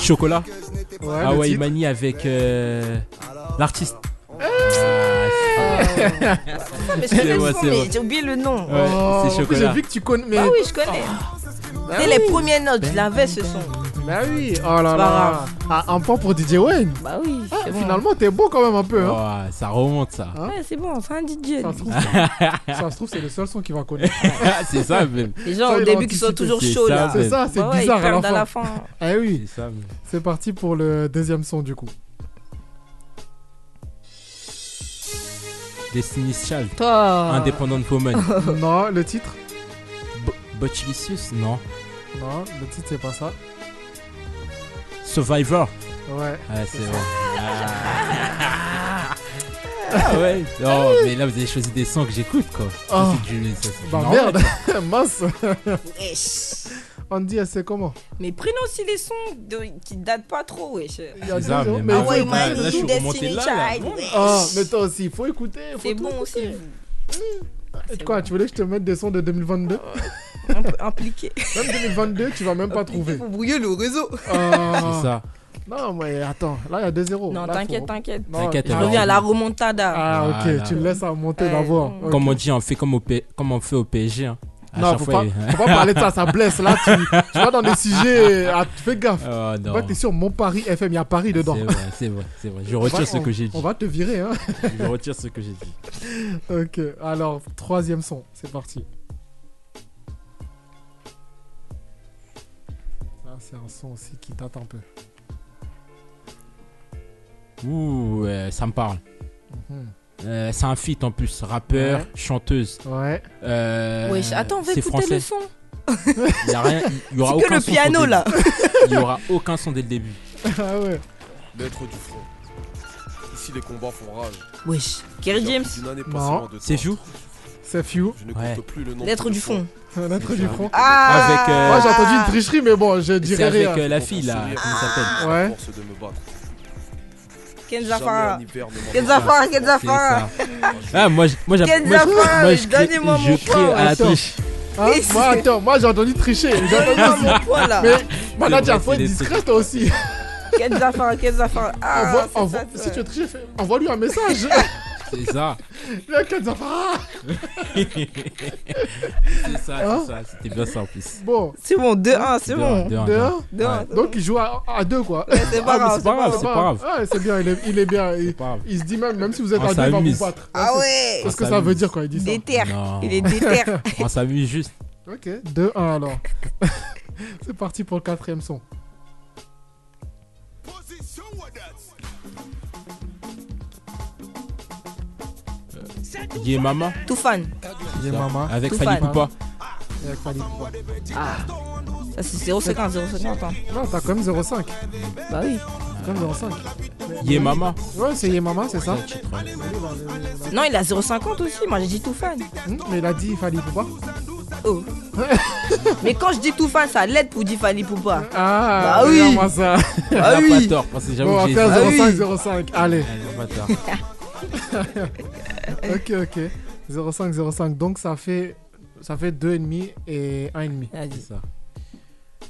E: Chocolat.
C: Ah.
E: Ah
C: Ouais, le
E: Hawaii
C: titre.
E: Mani avec euh, l'artiste.
D: mais je
E: C'est
D: connais le
E: vrai,
D: son,
E: c'est
D: mais
E: vrai.
D: j'ai oublié le nom.
E: Ouais,
C: Oh,
E: c'est
C: en plus, j'ai
E: chocolat.
C: vu que tu connais. Mais...
D: Ah oui, je connais.
C: bah
D: Dès
C: oui,
D: les premières notes, je l'avais ce son.
C: bah oui. Oh là
D: pas
C: là.
D: grave.
C: Ah, un point pour DJ Wayne.
D: Bah oui,
C: Ah,
D: c'est bon.
C: Finalement, t'es beau quand même un peu. Hein.
E: Ouais, ça remonte ça.
D: Ouais, c'est bon, c'est un DJ.
C: Ça
D: [LAUGHS]
C: se trouve, c'est- ça se trouve, c'est le seul son qu'il va connaître.
E: [LAUGHS] c'est ça même.
D: Les gens
C: Ça,
D: au
C: il
D: début
C: anticipe,
D: qui sont toujours
E: c'est
D: chauds
E: ça.
D: là.
C: C'est ça, Ah, c'est
D: Bah ouais, ils
C: bizarre à la
D: perdent à
C: fin.
D: la fin.
C: Eh oui,
E: C'est ça même.
C: c'est parti pour le deuxième son du coup.
E: Destiny's Child.
C: Ah.
D: Toi.
E: Indépendant de Woman.
D: Oh.
C: non, le titre
E: Bo- Botchlicious Non.
C: Non, le titre c'est pas ça.
E: Survivor.
C: Ouais.
E: Ah, c'est vrai. Ah ouais. Non, mais là vous avez choisi des sons que j'écoute quoi. Ça,
C: Oh.
E: c'est du- ça, c'est du
C: Bah
E: normal.
C: merde, [LAUGHS] mince.
D: Wesh.
C: Andy, elle sait comment
D: Mais prenons aussi les sons de- qui datent pas trop, wesh.
C: Il y a
E: C'est ça,
C: deux-
E: mais
C: mais
E: Ah
D: Ah
C: il faut
E: ouais,
D: ouais,
E: bah,
D: man,
C: écouter
E: là,
C: le
E: je suis
C: tout.
E: remonté
D: Destiny
E: là, là.
D: Child,
E: Bon.
D: wesh.
C: Ah, mais toi aussi, il faut écouter. faut
D: C'est
C: tout
D: bon aussi.
C: écouter.
D: C'est
C: Quoi,
D: bon.
C: tu voulais que je te mette des sons
D: [LAUGHS]
C: de 2022
D: Impl- Impliqué.
C: Même 2022, tu vas
D: [LAUGHS]
C: même pas trouver.
D: Pour brouiller le réseau.
E: C'est
C: Ah.
E: ça.
C: Non, mais attends, là il y a 2-0.
D: Non,
C: Oh, Là,
D: t'inquiète,
C: faut-
D: t'inquiète.
C: Non,
E: T'inquiète,
D: Je
E: alors.
D: reviens à la remontada.
C: Ah, ok,
E: Voilà.
C: tu me laisses à monter
D: Ouais,
C: d'avoir.
D: non.
C: Ok.
E: Comme on dit, on fait comme, au P- comme on fait au PSG. hein. À
C: Non,
E: chaque
C: faut
E: fois,
C: pas,
E: il-
C: faut pas parler de ça, ça blesse. Là, tu, tu vas dans des sujets. Ah, tu fais gaffe.
E: [LAUGHS] Oh non.
C: Là, t'es sur Mon Paris FM, il y a Paris
E: C'est
C: dedans.
E: vrai, c'est vrai, c'est vrai. Je
C: On va-
E: retire ce
C: on-
E: que j'ai dit.
C: On va te virer, hein. [LAUGHS]
E: Je retire ce que j'ai dit.
C: Ok, alors, troisième son, c'est parti. Là, c'est un son aussi qui tâte un peu.
E: Ouh, euh, ça me parle.
C: Mhm.
E: Euh, c'est un feat en plus, rappeur,
C: Ouais.
E: chanteuse.
C: Ouais. [LAUGHS]
E: Euh,
D: Wesh, attends, on va
E: c'est
D: écouter
E: français.
D: le son.
E: Il y a rien, il y aura
D: C'est que
E: aucun
D: le
E: son
D: piano
E: dès
D: là.
E: début. Il y aura aucun son dès le début.
C: ah ouais.
H: Maître du front. Ici les combats font rage.
D: Wesh. Kerry
H: J'ai
D: James,
H: appris d'une année
C: Non.
H: passément de
E: C'est
H: temps.
E: Few
C: C'est Few.
H: Je ne
E: Ouais.
H: compte plus le nombre
D: l'être
H: de
D: du
H: fois.
D: fond.
C: Notre du front.
D: Ah
E: Avec, euh,
C: Moi, j'ai entendu une tricherie, mais bon, je
E: C'est
C: dirais
E: avec
C: rien.
E: euh, la fille là,
H: Ah.
E: comment ça s'appelle
H: À
C: Ouais.
H: force de me battre.
D: Kenza
H: Jamais
D: Farah.
H: un hiver ne m'en
D: Kenza Farah, Kenza
E: C'est
D: Farah.
E: Ah, moi, j- moi, j'a- moi,
D: Kenza
E: je-
D: Farah,
E: moi, je crie-
D: donnez-moi mon
E: je crie
D: point,
E: à la
C: attends.
E: triche.
C: Hein
D: Et c'est- Ah,
C: moi, attends, moi, j'ai entendu tricher. J'ai entendu
D: Donne-moi
C: aussi.
D: mon point là.
C: [LAUGHS] Mais voilà,
E: vrai,
C: faut
E: c'est
C: être
E: des
C: discret toi aussi.
D: Kenza Farah, Kenza Farah. Ah,
C: Envoie-
D: c'est
C: envoie-
D: ça,
C: si
D: ça.
C: tu veux tricher, fais- envoie-lui un message. [LAUGHS]
E: C'est [LAUGHS] ça,
C: Le Kenza Farah.
E: c'est ça,
C: Hein
E: c'est ça. C'était bien ça en plus.
C: Bon,
D: C'est bon, 2-1, Oh. c'est
E: De-
D: bon.
E: de- de-
C: dehors.
D: Deux, un, c'est
C: Donc, il joue à, à deux, quoi.
D: bon. C'est pas
E: Ah, mais
D: grave.
E: c'est pas grave, c'est pas grave.
C: Ouais, c'est bien, il est, il est bien. Il,
E: C'est pas grave.
C: il se dit même, même si vous êtes
E: On
C: à deux, il va vous
E: s'amuse.
C: battre.
D: Ah
C: c'est-
D: ouais.
C: C'est ce que
E: On
C: ça veut
E: s'amuse.
C: dire quand il dit ça.
D: Déter.
E: Non.
D: Il est déter.
E: On s'amuse juste.
C: Ok, 2-1 alors. [LAUGHS] c'est parti pour le quatrième son.
E: Yé Mama
D: Tout fan.
C: Yé Mama.
E: avec
D: Tout
E: Fanny
D: fan.
E: Poupa.
C: Et avec Fanny Poupa.
D: Ça c'est 0,50, 0,50. hein.
C: Non, t'as quand même 0,5.
D: Bah oui.
C: T'as quand même 0,5.
E: Yé Mama.
C: Ouais, c'est Yé Mama, c'est ça.
D: Non, il a 0,50 aussi. Moi, j'ai dit tout fan.
C: Hmm, Mais il a dit Fanny Poupa.
D: Oh. Mais quand je dis tout fan, ça l'aide pour dire Fanny Poupa.
C: Ah,
D: Bah oui.
C: regarde-moi ça.
E: Ah
D: oui.
E: pas tort, parce que
C: Bon,
E: j'avoue
C: on
E: que j'ai
C: fait un
E: hésité.
C: 0,5, 0,5. Allez.
E: Ah, elle a pas tort.
C: Ok, ok. 0,5, 0,5. Donc ça fait, ça fait 2,5 et 1,5.
E: C'est
D: Vas-y.
E: ça.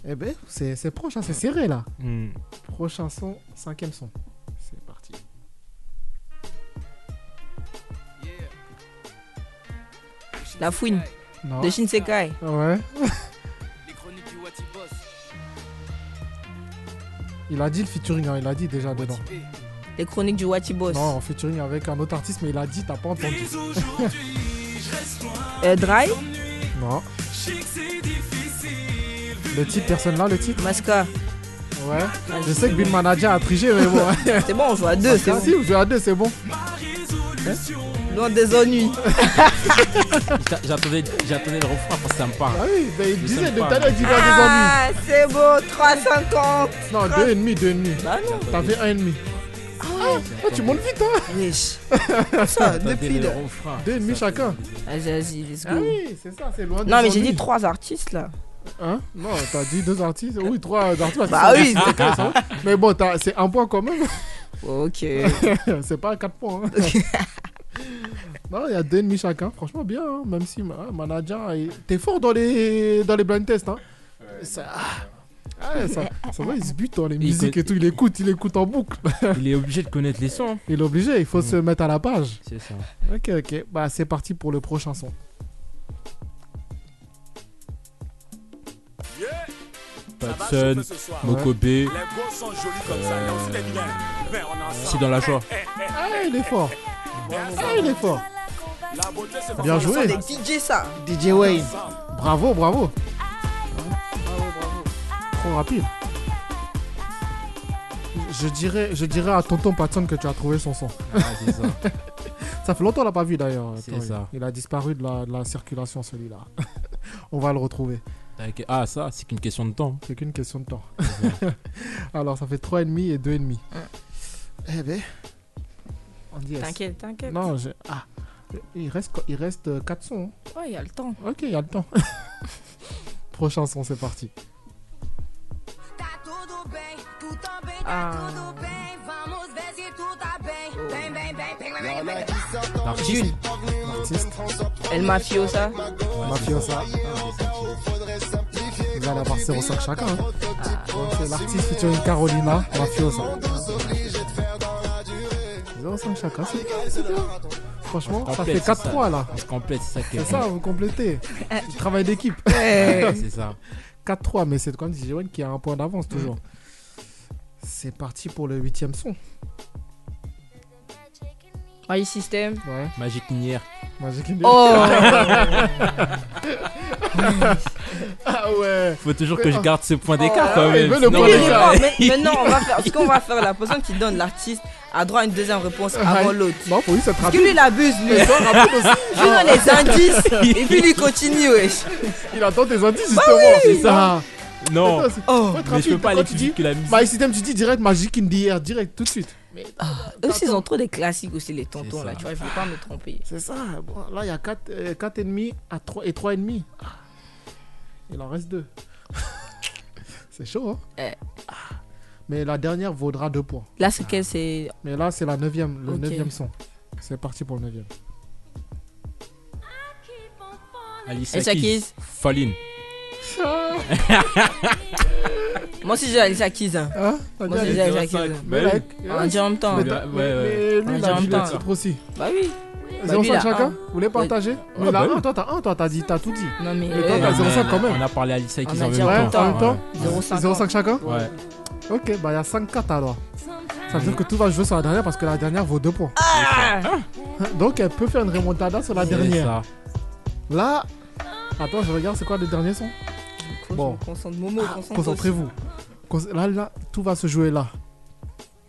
C: Eh ben, c'est c'est proche, hein, c'est serré là.
E: Hmm.
C: Prochain son, cinquième son. C'est parti.
D: La fouine
C: Non.
D: de Shinsekai.
C: Ouais. Il a dit le featuring, hein, il a dit déjà dedans.
D: Les chroniques du Wati Boss.
C: Non, en featuring avec un autre artiste, mais il a dit, t'as pas entendu.
D: Euh, Dry,
C: Non. Le titre, personne là, le titre
D: Masca.
C: Ouais. Je sais que Bill Manager a triché, mais bon.
D: C'est bon, on joue à deux. C'est
C: [LAUGHS] si, vous jouez à deux, c'est bon.
D: bon. loin des ennuis.
E: J'a- J'attendais j'attendais le refrain parce que ça me
C: Ah
E: parle.
C: oui, bah, il
E: Je
C: disait
E: sais
C: de
E: pas.
C: tout à l'heure, il disait à
D: Ah, c'est bon, 3,50.
C: des amis. Non, deux et demi, deux et demi.
D: Bah non,
C: T'as fait un et demi. Ah, tu montes vite, hein
D: wesh. Ça,
E: J'attendais
D: depuis
E: le
D: le.
E: refrain.
C: Deux et demi chacun.
D: Vas-y, vas-y, let's
C: Ah
D: go.
C: oui, c'est ça, c'est loin
D: Non,
C: des
D: mais j'ai
C: ennuis.
D: dit trois artistes là.
C: Hein Non, t'as dit deux artistes. Oui, trois artistes. parce que
D: Bah
C: c'est-
D: oui.
C: c'est ok, ça va. Mais bon, t'as- c'est un point quand même. [LAUGHS]
D: Ok.
C: c'est pas quatre points.
D: [LAUGHS]
C: hein. non, il y a deux et demi chacun. Franchement, bien. hein, Même si hein, manager, il- t'es fort dans les, dans les blind tests. Hein. Ça- Ah, ça, ça va, il se bute dans les
E: Il
C: musiques
E: conna-
C: et tout. Il écoute, il écoute en boucle.
E: Il est obligé de connaître les sons.
C: Il est obligé, il faut se mettre à la page.
E: C'est ça.
C: Ok, ok. Bah, c'est parti pour le prochain son.
E: Patson, Mokobé, c'est dans la joie.
C: Ah, il est fort. Ah, il est fort. Bien
D: Ce sont
C: joué.
D: des DJ, ça.
C: DJ Wayne. Bravo, bravo. Trop rapide. Je dirais, je dirais à Tonton Patson que tu as trouvé son son.
E: Ah, c'est ça.
C: Ça fait longtemps qu'on l'a pas vu d'ailleurs.
E: C'est
C: Tori.
E: ça.
C: Il a disparu de la, de la circulation celui-là. [LAUGHS] On va le retrouver.
E: T'inquiète- Ah, ça, c'est qu'une question de temps.
C: C'est qu'une question de temps. Alors ça fait 3,5 et 2,5. Eh ben. On dit yes.
D: T'inquiète, t'inquiète.
C: Non, je- ah. il reste, co- il reste 4 sons.
D: Oh, il y a le temps.
C: hein. Ok, il y a le [LAUGHS] temps. Prochain son, c'est parti.
D: Ah.
C: Jules. L'artiste.
D: El Mafio, ça.
C: Mafiosa. Il va en avoir 0,5 chacun. hein. Donc, c'est l'artiste featuring Carolina, Mafiosa. 0,5 chacun, c'est bien, c'est bien. Franchement, ça Ah. fait
E: Complète, c'est
C: 4-3 là.
E: On se complète, c'est ça qui est
C: C'est ça, vous complétez. Du Travail d'équipe.
E: bon. [LAUGHS] C'est ça.
C: 4-3, mais c'est quand même DJ One qui a un point d'avance toujours. C'est parti pour le huitième son.
D: My System.
C: Ouais.
E: Magic Nier.
C: Magic Kingdom.
D: Oh
C: Ah ouais.
E: Faut toujours que je garde ce point d'écart
C: Oh,
E: quand
C: il
E: même.
C: veut le
E: sinon,
C: point
E: on est-
C: d'écart.
D: Mais- Maintenant, on va faire ce qu'on va faire. La personne qui donne l'artiste a droit à une deuxième réponse avant
C: Ouais.
D: l'autre.
C: Non, Bah, faut juste être
D: Parce que
C: rapide.
D: lui, il abuse, lui.
C: Il doit rapide aussi.
D: Lui, dans les indices. Et puis, lui, continue, wesh.
C: Il attend des indices
D: Bah
C: justement.
E: c'est ça.
C: Ah.
E: Non,
C: Attends, c'est-
D: Oh,
C: faut être
E: mais je
C: rapide.
E: peux pas aller
C: Quand tu
E: plus
C: dis
E: vite que la musique.
C: My System, tu dis direct Magic in the Air, direct tout de suite.
D: eux, aussi, ils ont trop des classiques aussi, les tontons,
E: ça.
D: là. Tu vois, je veux pas me tromper.
C: C'est ça. Bon, là, il y a 4 et demi à 3 et 3 et demi. Ah. Il en reste 2. [LAUGHS] c'est chaud, hein
D: Eh.
C: Ah. Mais la dernière vaudra 2 points.
D: Là, c'est quel C'est.
C: Mais là, c'est la neuvième, le
D: Ok.
C: neuvième son. C'est parti pour le neuvième.
E: Alicia
D: Alicia
E: Keys.
D: Keys.
E: Fallin.
D: Moi aussi, j'ai Alicia Keys. hein.
E: Ah,
C: Hein T'as dit
D: Moi aussi,
C: allez.
D: j'ai Alicia Keys. hein.
E: Bah oui.
D: On a dit en même temps.
E: Mais
D: hein.
E: t'as- ouais,
C: euh, Mais-
E: ouais.
C: Mais
D: On
C: lui, il
D: a
C: a
D: dit
C: dit
D: en
C: le
D: même temps.
C: titre aussi.
D: Bah oui. Bah,
C: 0,5
D: lui, il a
C: chacun
D: un.
C: Vous voulez partager Mais
E: Ouais,
C: là,
E: bah
C: un,
E: oui.
C: toi, t'as un, toi, t'as dit, t'as tout dit.
D: Non, mais.
C: Le temps,
D: euh,
C: t'as zéro
E: on a-
C: cinq quand même.
E: On a parlé à Alicia Keys
D: a
E: en
D: dit
E: même
C: Ouais,
E: temps.
C: en même temps.
D: Ouais. 0,5.
C: 0,5 chacun
E: Ouais. Ouais.
C: Ok, bah il y a 5-4 alors. Ça veut dire que tout va jouer sur la dernière parce que la dernière vaut 2 points. [LAUGHS] Donc elle peut faire une remontada sur la
E: C'est
C: dernière.
E: ça.
C: Là, attends, je regarde c'est quoi le dernier son Bon.
D: Bon. Concentre, Momo, concentre.
C: Concentrez-vous. Con- Là, là, tout va se jouer là.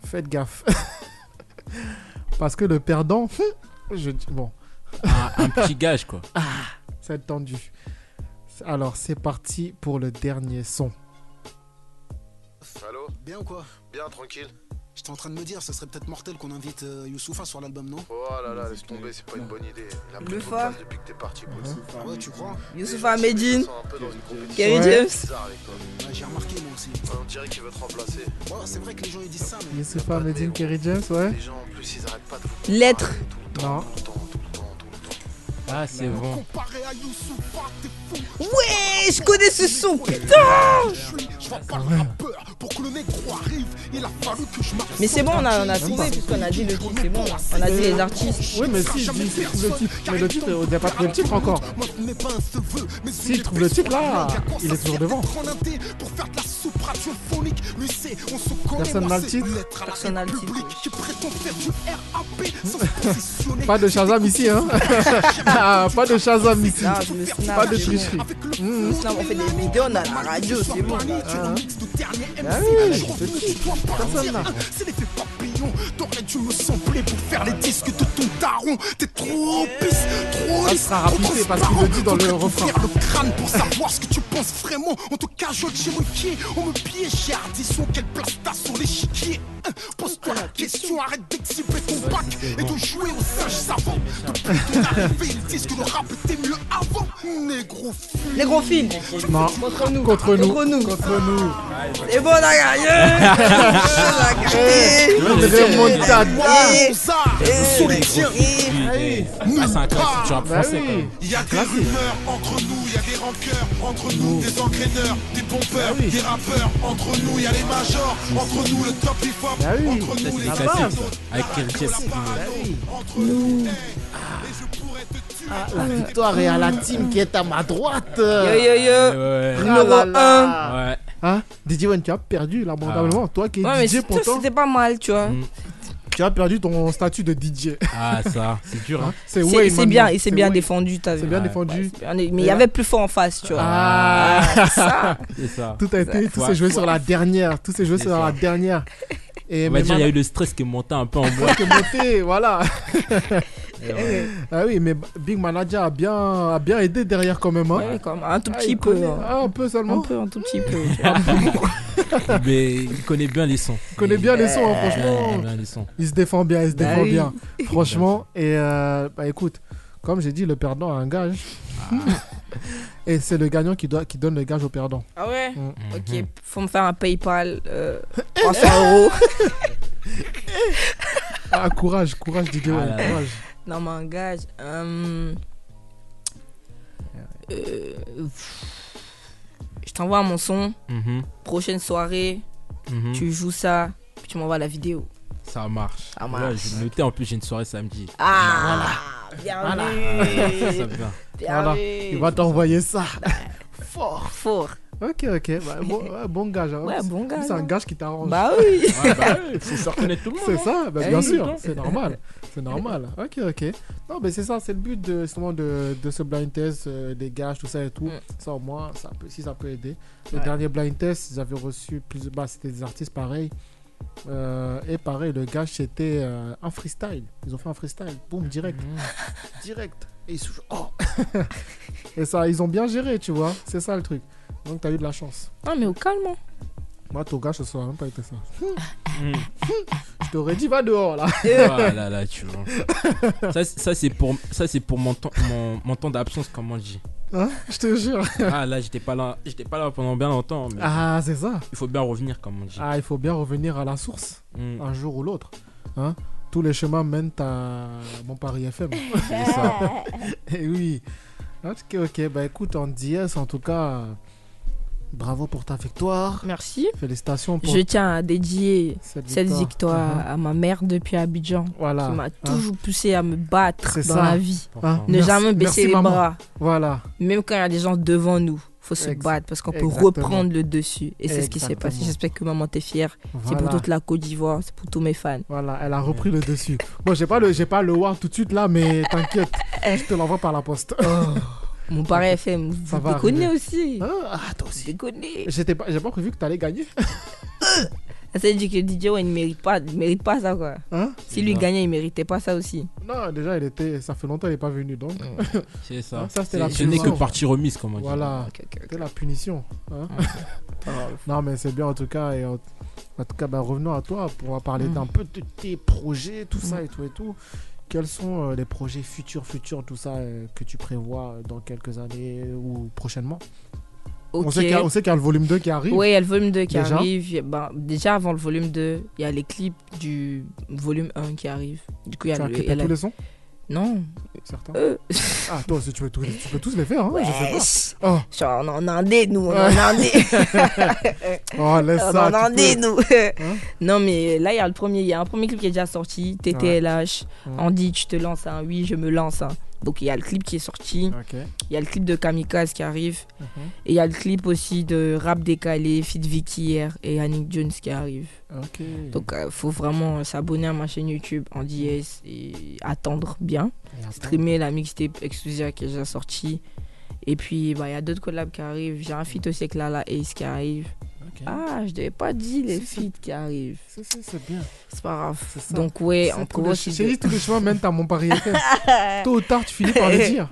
C: Faites gaffe. [LAUGHS] parce que le perdant, [LAUGHS] je dis- bon,
E: Un un petit gage quoi.
C: ça va être tendu. Alors c'est parti pour le dernier son.
I: Allô
J: Bien ou quoi
I: Bien, tranquille.
J: J'étais en train de me dire, ce serait peut-être mortel qu'on invite euh, Youssoufa sur l'album, non
I: Oh là là, laisse tomber, c'est pas une bonne idée. Il a pris
D: Le
I: trop de
D: phare.
I: place depuis que t'es parti, Paul.
J: Ah ouais, tu crois
D: Youssoufa Medine,
I: un peu dans une compétition
D: Kerry
C: Ouais.
D: James.
I: bizarre avec toi.
J: Ouais, J'ai remarqué moi aussi.
I: Ouais, On dirait qu'il veut te remplacer.
J: Ouais, c'est vrai que les gens ils disent ça, mais.
C: Youssoufa Medine Kerry James, ouais.
I: Les gens en plus, ils arrêtent pas de vous comparer
D: Lettre.
I: Tout le temps,
C: Non.
I: tout le temps, tout le temps, tout le temps.
E: Ah c'est bon.
J: Comparé à Youssoufa, t'es fou
D: Ouais, je connais ce son. Putain.
J: Je suis, je vois pas le rappeur. Pour que le négro arrive, il a fallu que je m'absente.
D: Mais c'est bon, on a, on a trouvé puisqu'on a dit le titre. C'est bon, on a dit les artistes.
C: Oui, mais si je dis s'il trouve le titre, mais le titre, on n'a pas trouvé le titre encore.
J: Moi, je n'ai pas un cheveu, mais
C: S'il trouve le titre là, il est toujours devant.
J: Pour faire de la soupe radiophonique, lui c'est, on se connaît.
C: Personne
J: moi,
C: n'a le
J: c'est
C: titre.
J: une lettre à la
D: Personne n'a le titre.
J: République qui prétend faire du RAP
C: [LAUGHS]
J: sans se positionner.
C: Pas de Shazam ici, hein Ah, Pas de Shazam ici.
D: Non, je me snap.
C: Pas de
D: c'est bon.
C: tricherie.
J: Ah,
D: Le snap, on fait des vidéos, on a la radio, c'est bon. Hein
C: Ah oui, je te dis, personne n'a.
J: C'est l'effet papillon, t'aurais dû me sembler pour faire les disques de ton taron. T'es trop pisse, trop
C: Là, il
J: lisse,
C: sera rapide parce qu'il le dit dans le refrain.
J: Ouvrir le crâne pour savoir ce que tu penses vraiment. En tout cas, je Cherokee, on me piège chez Ardisson. Quelle place t'as sur l'échiquier Hein, Pose-toi la question, arrête d'exhiber ton bac et de jouer au singe savant. Depuis ton arrivée, ils disent que le rap était mieux avant. Négro fou.
D: Les gros films.
C: Non.
D: Contre nous.
C: Contre nous.
D: Contre nous.
C: Contre nous.
D: C'est bon, on a gagné. On a gagné.
C: Ah,
J: Moi, ça,
C: Eh,
J: sous les tiens.
E: Ah c'est un classique du rap
C: Bah oui.
E: français quand même.
J: Il y a des rumeurs entre nous, il y a des rancœurs entre nous. nous des entraîneurs, des pompeurs, des rappeurs. Entre nous, il y a les majors. Entre nous, le top hip
C: Bah
J: hop. Entre nous, les
E: Significatif, Avec Kerry Chess.
C: Nous. Ah, la victoire est à la team qui est à ma droite. Yo
D: yo yo.
E: euh, Ouais.
D: Numéro un.
E: Ouais.
C: Hein DJ One, tu as perdu lamentablement. Toi qui es
D: Ouais, mais
C: DJ
D: surtout,
C: pourtant,
D: c'était pas mal, tu vois.
C: tu as perdu ton statut de DJ.
E: Ah, ça, c'est dur. Hein.
C: [LAUGHS]
D: C'est-
C: C'est
D: C'est
C: Wayne maintenant.
D: bien, il s'est
C: C'est
D: bien
C: Wayne.
D: défendu, t'as
C: C'est
D: vu.
C: bien défendu.
D: On est- Mais il
C: Et
D: y
C: là-
D: avait plus fort en face, tu vois.
C: Ah,
D: Ça,
E: C'est ça.
C: tout a été, tout s'est joué sur la dernière. Tout s'est joué
E: C'est
C: sur la
E: ça.
C: dernière. Et
E: On va
C: mais
E: dire, il y a
C: maintenant-
E: eu le stress qui est monté un peu en moi.
C: que monter, voilà.
E: Et ouais.
C: Ah oui, mais Big Manager a bien, a bien aidé derrière quand même. Hein.
D: ouais, comme un tout
C: Ah,
D: petit
C: il
D: peu.
C: connaît-
D: hein.
C: ah, un peu
D: Un
C: seulement.
D: peu, un tout petit peu.
E: Mais il connaît bien les sons.
C: Il connaît bien les sons, hein,
E: Ouais, il connaît
C: franchement.
E: bien les sons.
C: Il se défend bien, il se
D: Bah
C: défend
D: oui. [LAUGHS]
C: bien. Franchement, et euh, bah écoute, comme j'ai dit, le perdant a un gage.
D: Ah.
C: [LAUGHS] et c'est le gagnant qui, doit, qui donne le gage au perdant.
D: Ah ouais
C: Mm.
D: Ok, faut me faire un PayPal
C: [LAUGHS]
D: euh, 300 euros.
C: Ah, courage, courage, Didier.
E: Ah
C: ouais,
E: là là.
C: courage.
D: Non, mais un gage. euh, euh, pff, Je t'envoie mon son.
E: Mhm,
D: Prochaine soirée,
C: Hmm.
E: mhm.
D: tu joues ça, puis tu m'envoies la vidéo.
E: Ça marche.
D: Ça marche.
E: Ouais, je vais noter, en plus, j'ai une soirée samedi.
D: Ah Bien
C: Eh.
E: Ça, ça
D: vu
E: me vient.
D: Bien
C: Voilà.
D: vu
C: Il va t'envoyer ça.
D: Fort, fort.
C: Ok, ok. bah, bon, ouais, bon gage. hein.
D: Ouais,
C: C'est-
D: bon gage,
C: C'est un
D: hein.
C: gage qui t'arrange.
D: Bah oui
E: Ouais, bah, ouais, faut faire connaître tout le monde.
C: C'est
E: hein.
C: ça, bah,
E: Eh
C: bien
E: oui,
C: sûr,
E: non.
C: c'est normal, c'est normal. Ok, ok. Non, mais c'est ça, c'est le but de, justement de, de ce blind test, euh, des gages, tout ça et tout.
D: Mm.
C: Ça au moins, ça peut, si ça peut aider. Le
D: Ouais.
C: dernier blind test, j'avais reçu plus, bah, c'était des artistes pareils. Euh, et pareil, le gage c'était euh, un freestyle. Ils ont fait un freestyle, boum,
E: [LAUGHS]
C: direct,
E: Mhm,
C: direct. Et ils se oh [LAUGHS] Et ça, ils ont bien géré, tu vois. C'est ça le truc. Donc t'as eu de la chance.
D: [LAUGHS] Non, mais au calme. hein.
C: Moi, ton gage, ça serait même pas été ça.
E: Mm.
C: Je t'aurais dit, va dehors là. [LAUGHS]
E: Ah là là, tu vois. Ça, c'est- ça, c'est pour, ça, c'est pour mon temps, mon, mon temps d'absence, comme on dit.
C: Hein Je te jure.
E: Ah là, j'étais pas là, j'étais pas là pendant bien longtemps, mais
C: Ah, c'est ça.
E: il faut bien revenir, comme on dit.
C: Ah, il faut bien revenir à la source,
E: Mm.
C: un jour ou l'autre. Hein Tous les chemins mènent à mon
D: [LAUGHS]
C: Paris FM.
E: C'est ça.
C: Eh oui. Ok, ok. Bah écoute, en DS, en tout cas, euh, bravo pour ta victoire.
D: Merci.
C: Félicitations pour
D: Je tiens à dédier
C: cette victoire.
D: cette victoire
C: Mhm.
D: à ma mère depuis Abidjan,
C: Voilà.
D: qui m'a
C: Hein,
D: toujours poussé à me battre
C: C'est
D: dans
C: ça.
D: la vie.
C: hein.
D: Ne
C: Merci-
D: jamais
C: merci,
D: baisser les
C: maman.
D: bras.
C: Voilà.
D: Même quand il y a des gens devant nous, faut se
C: Ex-
D: battre parce qu'on peut
C: exactement.
D: reprendre le dessus. Et c'est ce qui s'est
C: Exactement.
D: passé. J'espère que maman t'es fière. C'est
C: voilà.
D: pour toute la Côte d'Ivoire, c'est pour tous mes fans.
C: Voilà, elle a repris le dessus. Bon, j'ai pas le, j'ai pas le war tout de suite là, mais t'inquiète,
D: [LAUGHS] Eh.
C: je te l'envoie par la poste.
D: Oh. Mon pari FM, vous
C: Ça va
D: déconnez
C: arriver.
D: aussi.
C: Hein [LAUGHS] ah, toi
D: Vous
C: aussi.
D: déconnez.
C: J'étais pas, j'ai pas prévu que t'allais gagner.
D: Ça veut dire que DJ Wayne ne mérite pas, il mérite pas ça quoi.
C: Hein
D: Si lui gagnait, il méritait pas ça aussi.
C: Non, déjà, elle était, ça fait longtemps qu'elle est pas venue, donc
E: C'est ça.
C: Ah, ça, c'était
E: C'est-
C: la
E: Ce n'est que
C: punition.
E: partie remise, comme on dit.
C: voilà.
D: Ok, ok, ok.
C: C'était la punition. hein. [LAUGHS] non, mais c'est bien en tout cas. Et en, en tout cas, bah, revenons à toi pour parler
D: Mm.
C: d'un peu de tes projets, tout ça et tout et tout. Quels sont euh, les projets futurs, futurs, tout ça euh, que tu prévois dans quelques années ou prochainement
D: Ok.
C: On sait qu'il y a- on sait qu'il y, a le volume 2 qui arrive.
D: Oui, il y a le volume 2 qui
C: Déjà
D: arrive. Il y a- ben, déjà avant le volume 2, il y a les clips du volume 1 qui arrive. Du coup, il y a
C: tu as
D: le- il y
C: clippé
D: a la-
C: tous les sons
D: Non.
C: Certains.
D: Euh.
C: Ah, toi aussi, tu peux, tous- tu peux tous les faire, hein, je sais pas.
D: Wesh.
C: Oh,
D: Genre, on est en Indé, nous. On est en Indé.
C: oh,
D: Ah,
C: laisse
D: On est
C: [LAUGHS]
D: en
C: ça. tu peux.
D: Indé, nous.
C: Hein
D: Non, mais là, il y a le premier. Il y a un premier clip qui est déjà sorti. TTLH.
C: Ouais.
D: On dit, tu te lances un. Oui, je me lance un. Donc, il y a le clip qui est sorti.
C: Ok.
D: Il y a le clip de Kamikaze qui arrive.
C: Mhm.
D: Et il y a le clip aussi de Rap Décalé, Fit Vicky hier et Annick Jones qui arrive.
C: Ok.
D: Donc il faut vraiment s'abonner à ma chaîne YouTube en DS et attendre bien.
C: Et attends.
D: Streamer la mixtape exclusive qui est déjà sortie. Et puis bah, il y a d'autres collabs qui arrivent. J'ai un feat aussi avec Lala Ace qui arrive.
C: Ok.
D: Ah, je devais pas dire les
C: Si, si.
D: feats qui arrivent.
C: Si, si, c'est bien.
D: C'est pas grave.
C: C'est ça.
D: Donc ouais,
C: C'est
D: on
C: tous les-
D: commence.
C: J'ai
D: [LAUGHS]
C: dit tous les chemins mènent à mon pari FM. Tôt ou tard, tu finis par le dire.